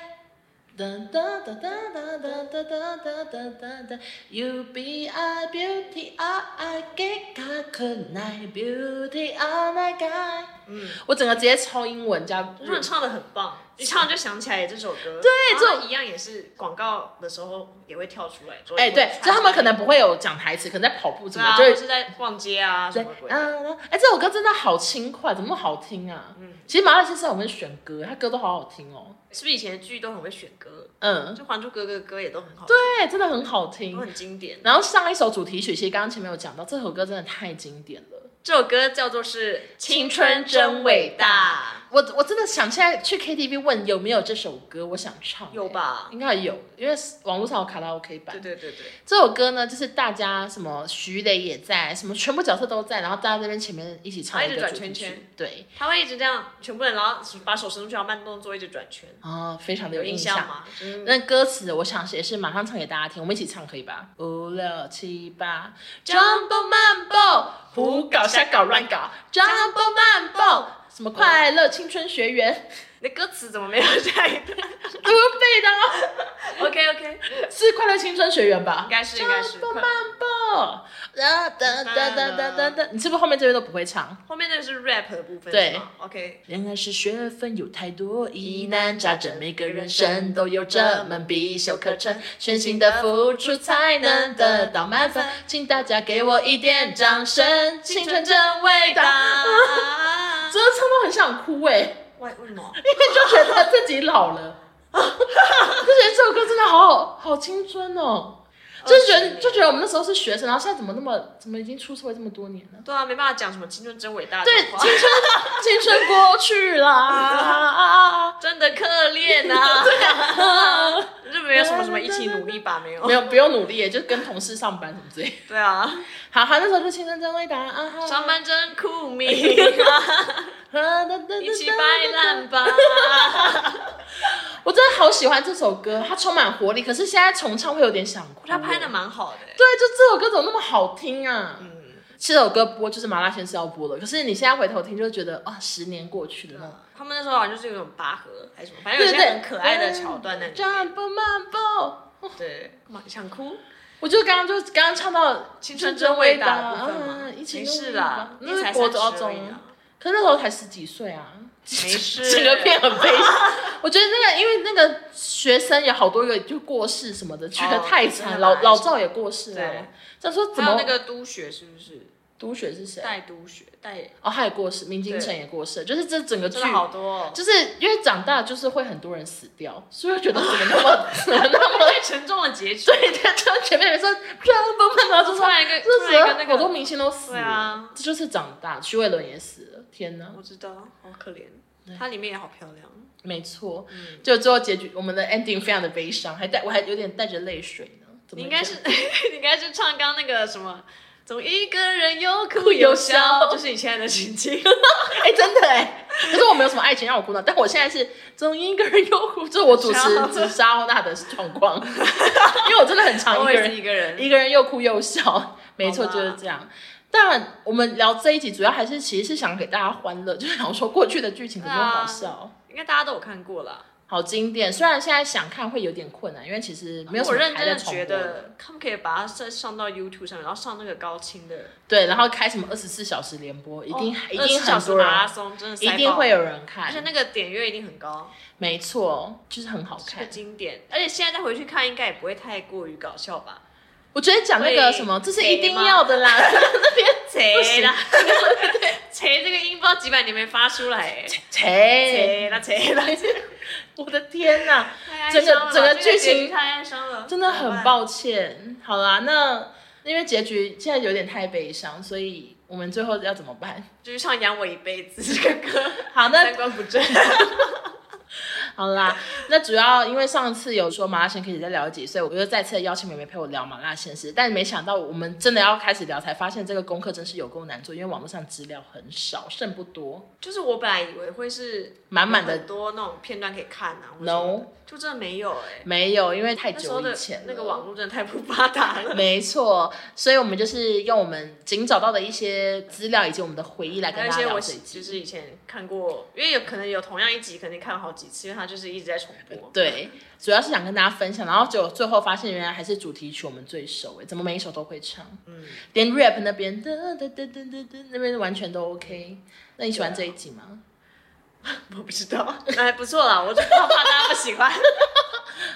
[SPEAKER 1] 哒哒哒哒哒哒哒哒哒哒哒哒，You be a beauty, I I get a good night, beauty all night guy。
[SPEAKER 2] 嗯，
[SPEAKER 1] 我整个直接抄英文加
[SPEAKER 2] 我
[SPEAKER 1] 日
[SPEAKER 2] 说你唱的很棒，一唱就想起来这首歌。
[SPEAKER 1] 对这
[SPEAKER 2] 然后它一样也是广告的时候也会跳出来。说
[SPEAKER 1] 哎、对，就他们可能不
[SPEAKER 2] 会，
[SPEAKER 1] 会有讲台词，可能在跑步什
[SPEAKER 2] 对
[SPEAKER 1] 么，
[SPEAKER 2] 啊，
[SPEAKER 1] 就
[SPEAKER 2] 或
[SPEAKER 1] 会
[SPEAKER 2] 者是在逛街啊什
[SPEAKER 1] 对
[SPEAKER 2] 么，鬼的。
[SPEAKER 1] 嗯，嗯哎、这首歌真的好轻快，怎么那么好听啊？
[SPEAKER 2] 嗯
[SPEAKER 1] 其实麻辣先生我们选歌，他歌都好好听哦。
[SPEAKER 2] 是不是以前的剧都很会选歌？
[SPEAKER 1] 嗯，
[SPEAKER 2] 就《还珠格格》的歌也都很好，
[SPEAKER 1] 对，真的很好
[SPEAKER 2] 都
[SPEAKER 1] 听。
[SPEAKER 2] 很经典。
[SPEAKER 1] 然后上一首主题曲，其实刚刚前面有讲到，这首歌真的太经典了。
[SPEAKER 2] 这首歌叫做是《
[SPEAKER 1] 青春真伟
[SPEAKER 2] 大
[SPEAKER 1] 我我真的想现在去 KTV 问有没有这首歌，我想唱、》，欸
[SPEAKER 2] 有？吧？
[SPEAKER 1] 应该有，因为网络上有卡拉 OK 版
[SPEAKER 2] 对。对对对，
[SPEAKER 1] 这首歌呢，就是大家什么徐磊也在，什么全部角色都在，然后大家这边前面一起唱
[SPEAKER 2] 然后
[SPEAKER 1] 一
[SPEAKER 2] 啊一
[SPEAKER 1] 个
[SPEAKER 2] 直
[SPEAKER 1] 主
[SPEAKER 2] 转
[SPEAKER 1] 题曲，
[SPEAKER 2] 圈圈
[SPEAKER 1] 对，
[SPEAKER 2] 他会一直这样，全部人然后把手伸出去，然后慢动作一直转圈，
[SPEAKER 1] 啊、非常的有
[SPEAKER 2] 印
[SPEAKER 1] 印象。
[SPEAKER 2] 吗？嗯，
[SPEAKER 1] 那歌词我想也是马上唱给大家听，我们一起唱可以吧？五六七八，Jumbo Mambo，胡搞瞎搞乱搞，Jumbo Mambo，什么快乐青春学园，
[SPEAKER 2] 那歌词怎么没有下一 段
[SPEAKER 1] 怎么背的哦？
[SPEAKER 2] ？OK OK，
[SPEAKER 1] 是快乐青春学园吧
[SPEAKER 2] 应？该是应该是。
[SPEAKER 1] Jumbo Mambo，哒哒哒哒哒哒
[SPEAKER 2] 嗯
[SPEAKER 1] 哒，你是不是后面这边都不会唱？
[SPEAKER 2] 后面那个是 rap 的部分，
[SPEAKER 1] 对
[SPEAKER 2] 是吗，OK，
[SPEAKER 1] 恋爱是学分，有太多疑难杂症，每个人生都有这门必修课程，全心的付出才能得到满分。请大家给我一点掌声，青春真伟大。真的唱到很想哭哎、
[SPEAKER 2] 为为什么？
[SPEAKER 1] 因为就觉得自己老了，就觉得这首歌真的好好好青春哦，就是觉得就觉得我们那时候是学生，然后现在怎么那么怎么已经出社会这么多年了？
[SPEAKER 2] 对啊，没办法讲什么青春真伟大，
[SPEAKER 1] 对，青春青春过去 啦。
[SPEAKER 2] 真的可怜呐， 就没有什么什么一起努力吧，没有
[SPEAKER 1] 没，有，不用努力耶，就跟同事上班什么之类的。
[SPEAKER 2] 对啊，
[SPEAKER 1] 好好，那时候就青春真伟大啊！哈
[SPEAKER 2] 上班真 苦命啊，
[SPEAKER 1] 啊哒哒哒
[SPEAKER 2] 一起
[SPEAKER 1] 哒
[SPEAKER 2] 摆烂吧。
[SPEAKER 1] 我真的好喜欢这首歌，它充满活力，可是现在重唱会有点想哭。
[SPEAKER 2] 他拍的？蛮好的、
[SPEAKER 1] 对，就这首歌怎么那么好听啊？
[SPEAKER 2] 嗯，
[SPEAKER 1] 这首歌播就是麻辣鲜是要播的，可是你现在回头听就觉得啊，十年过去了那种。
[SPEAKER 2] 他们那时候好像就是有种拔河还是什么，反正有些很可爱的桥段在里面。
[SPEAKER 1] Jump Mambo，
[SPEAKER 2] 对，干嘛想哭？
[SPEAKER 1] 我就刚刚就刚刚唱到
[SPEAKER 2] 青春真伟大的部分嘛
[SPEAKER 1] 啊，一起
[SPEAKER 2] 没
[SPEAKER 1] 努力
[SPEAKER 2] 事
[SPEAKER 1] 吧
[SPEAKER 2] 啦，
[SPEAKER 1] 那
[SPEAKER 2] 你
[SPEAKER 1] 是
[SPEAKER 2] 才
[SPEAKER 1] 国
[SPEAKER 2] 三
[SPEAKER 1] 高
[SPEAKER 2] 十 而
[SPEAKER 1] 中
[SPEAKER 2] 已，啊。
[SPEAKER 1] 可是那时候才十几岁啊。
[SPEAKER 2] 没 事，
[SPEAKER 1] 整个片很悲伤。 我觉得那个，因为那个学生有好多个就过世什么的，去的太惨，
[SPEAKER 2] 哦真的
[SPEAKER 1] 老
[SPEAKER 2] 蛮
[SPEAKER 1] 老赵也过世了
[SPEAKER 2] 对。
[SPEAKER 1] 他说怎
[SPEAKER 2] 还有
[SPEAKER 1] 么
[SPEAKER 2] 那个督学是不是？
[SPEAKER 1] 督学是谁？
[SPEAKER 2] 带督学带
[SPEAKER 1] 哦，他也过世，明金城也过世了，就是这整个剧
[SPEAKER 2] 真的好多、哦，
[SPEAKER 1] 就是因为长大就是会很多人死掉，所以我觉得怎么那 么怎么那么
[SPEAKER 2] 太沉重的结局。
[SPEAKER 1] 对，他就前面有人说啪啪啪，然后就
[SPEAKER 2] 突
[SPEAKER 1] 说
[SPEAKER 2] 然一个，突
[SPEAKER 1] 这
[SPEAKER 2] 然一个那
[SPEAKER 1] 时
[SPEAKER 2] 个，
[SPEAKER 1] 好多明星都死
[SPEAKER 2] 对
[SPEAKER 1] 了，
[SPEAKER 2] 啊，
[SPEAKER 1] 这就是长大。徐伟伦也死了，天哪，
[SPEAKER 2] 我知道，好可怜。它里面也好漂亮，
[SPEAKER 1] 没错，
[SPEAKER 2] 嗯，
[SPEAKER 1] 就最后结局我们的 ending 非常的悲伤，还带我还有点带着泪水呢。怎么
[SPEAKER 2] 你应该
[SPEAKER 1] 讲
[SPEAKER 2] 是 你应该是唱刚刚那个什么，总一个人又哭 又笑，就是你现在的心情。
[SPEAKER 1] 哎、真的哎，可是我没有什么爱情让我哭闹，但我现在是总一个人又 哭，这是我主持紫砂欧娜的状况，因为我真的很常一个
[SPEAKER 2] Always
[SPEAKER 1] 人
[SPEAKER 2] 一个人，
[SPEAKER 1] 一个人又哭又笑，没错
[SPEAKER 2] 好吧
[SPEAKER 1] 就是这样。当然，我们聊这一集主要还是其实是想给大家欢乐，就是想说过去的剧情怎么那么好笑、
[SPEAKER 2] 应该大家都有看过啦。
[SPEAKER 1] 好经典。虽然现在想看会有点困难，因为其实没有什
[SPEAKER 2] 我
[SPEAKER 1] 么
[SPEAKER 2] 认
[SPEAKER 1] 还在
[SPEAKER 2] 真的
[SPEAKER 1] 重
[SPEAKER 2] 觉
[SPEAKER 1] 播
[SPEAKER 2] 得，他们可以把它再上到 YouTube 上面，然后上那个高清的，
[SPEAKER 1] 对，然后开什么二十四小时联
[SPEAKER 2] 哦
[SPEAKER 1] 播，一定、一
[SPEAKER 2] 24
[SPEAKER 1] 定
[SPEAKER 2] 小
[SPEAKER 1] 很
[SPEAKER 2] 时
[SPEAKER 1] 多人
[SPEAKER 2] 马，拉松，真的
[SPEAKER 1] 一
[SPEAKER 2] 塞
[SPEAKER 1] 定
[SPEAKER 2] 爆
[SPEAKER 1] 会，有人
[SPEAKER 2] 而且
[SPEAKER 1] 看。
[SPEAKER 2] 那个点阅一定很高，
[SPEAKER 1] 没错，就是很好
[SPEAKER 2] 是个
[SPEAKER 1] 看。
[SPEAKER 2] 经典。而且现在再回去看，应该也不会太过于搞笑吧？
[SPEAKER 1] 我觉得讲那个
[SPEAKER 2] 所以
[SPEAKER 1] 什么，这是
[SPEAKER 2] 谁
[SPEAKER 1] 一定
[SPEAKER 2] 吗
[SPEAKER 1] 要的啦。
[SPEAKER 2] 切啦， 切这个音不知道几百年没发出来 欸，
[SPEAKER 1] 切，
[SPEAKER 2] 切啦切啦，
[SPEAKER 1] 我的天哪！
[SPEAKER 2] 太哀
[SPEAKER 1] 整个
[SPEAKER 2] 伤了吧
[SPEAKER 1] 整个剧
[SPEAKER 2] 这结
[SPEAKER 1] 情
[SPEAKER 2] 局太哀伤了，
[SPEAKER 1] 真的
[SPEAKER 2] 怎
[SPEAKER 1] 很
[SPEAKER 2] 么办。
[SPEAKER 1] 抱歉。好啦，那因为结局现在有点太悲伤，所以我们最后要怎么办？
[SPEAKER 2] 就是唱《养我一辈子》 这个歌，
[SPEAKER 1] 好，那
[SPEAKER 2] 三观不正。
[SPEAKER 1] 好啦，那主要因为上次有说麻辣鲜可以再聊一集，所以我就再次邀请妹妹陪我聊麻辣鲜是，但没想到我们真的要开始聊，才发现这个功课真是有够难做，因为网络上资料很少，剩不多，
[SPEAKER 2] 就是我本来以为会是
[SPEAKER 1] 满满
[SPEAKER 2] 有
[SPEAKER 1] 的
[SPEAKER 2] 很多那种片段可以看啊或者什么
[SPEAKER 1] no
[SPEAKER 2] 的就真的没有哎。
[SPEAKER 1] 没有，因为太
[SPEAKER 2] 那时候
[SPEAKER 1] 久
[SPEAKER 2] 的
[SPEAKER 1] 以前了
[SPEAKER 2] 那个网络真的太不发达了，
[SPEAKER 1] 没错，所以我们就是用我们仅找到的一些资料以及我们的回忆来跟
[SPEAKER 2] 还有一
[SPEAKER 1] 大家
[SPEAKER 2] 些
[SPEAKER 1] 聊
[SPEAKER 2] 我
[SPEAKER 1] 这一
[SPEAKER 2] 就
[SPEAKER 1] 集。
[SPEAKER 2] 是以前看过，因为有可能有同样一集，肯定看了好几次，因为它就是一直在重播。
[SPEAKER 1] 对，主要是想跟大家分享，然后就最后发现原来还是主题曲我们最熟诶，怎么每一首都会唱，
[SPEAKER 2] 嗯，
[SPEAKER 1] 连 rap 那边噔噔噔噔噔噔那边完全都 OK。那你喜欢这一集吗？
[SPEAKER 2] 我不知 道，那还哎不错啦，我就怕怕大家不 喜欢。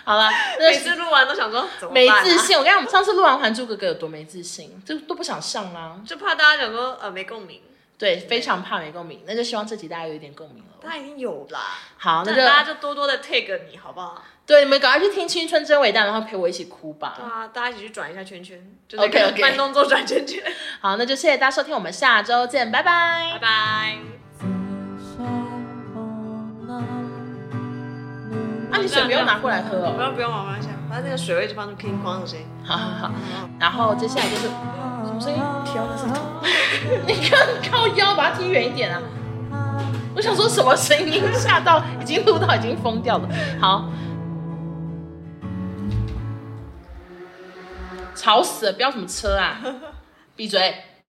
[SPEAKER 1] 好啦，那
[SPEAKER 2] 每次录完都想说怎么
[SPEAKER 1] 没
[SPEAKER 2] 办、啊？
[SPEAKER 1] 自信，我跟你讲，我们上次录完《还珠格格》有多没自信，就都不想上啦、
[SPEAKER 2] 就怕大家想说呃没共鸣，
[SPEAKER 1] 对，非常怕没共鸣，那就希望这集大家有一点共鸣了。
[SPEAKER 2] 大家已经有啦，
[SPEAKER 1] 好，那
[SPEAKER 2] 那
[SPEAKER 1] 就
[SPEAKER 2] 大家就啊多多的 tag 你好不好？
[SPEAKER 1] 对你们赶快去听《青春真伟大》，然后陪我一起哭吧。
[SPEAKER 2] 对啊，大家一起去转一下圈圈，就是可
[SPEAKER 1] OK，OK
[SPEAKER 2] 能慢动作转圈 圈，
[SPEAKER 1] 好，那就谢谢大家收听，我们下周见，拜拜
[SPEAKER 2] 拜。拜。
[SPEAKER 1] 啊，你水不用拿过来喝
[SPEAKER 2] 不
[SPEAKER 1] 哦。
[SPEAKER 2] 要不用，我慢慢想，反正那个水位就放出乒乓的声音。
[SPEAKER 1] 好好好，
[SPEAKER 2] 嗯
[SPEAKER 1] 然后接下来就是
[SPEAKER 2] 什么声音？飘的是头。
[SPEAKER 1] 你看靠腰，把它踢远一点啊。我想说什么声音，吓到已经录到已经疯掉了。好，吵死了，飙什么车啊？闭嘴。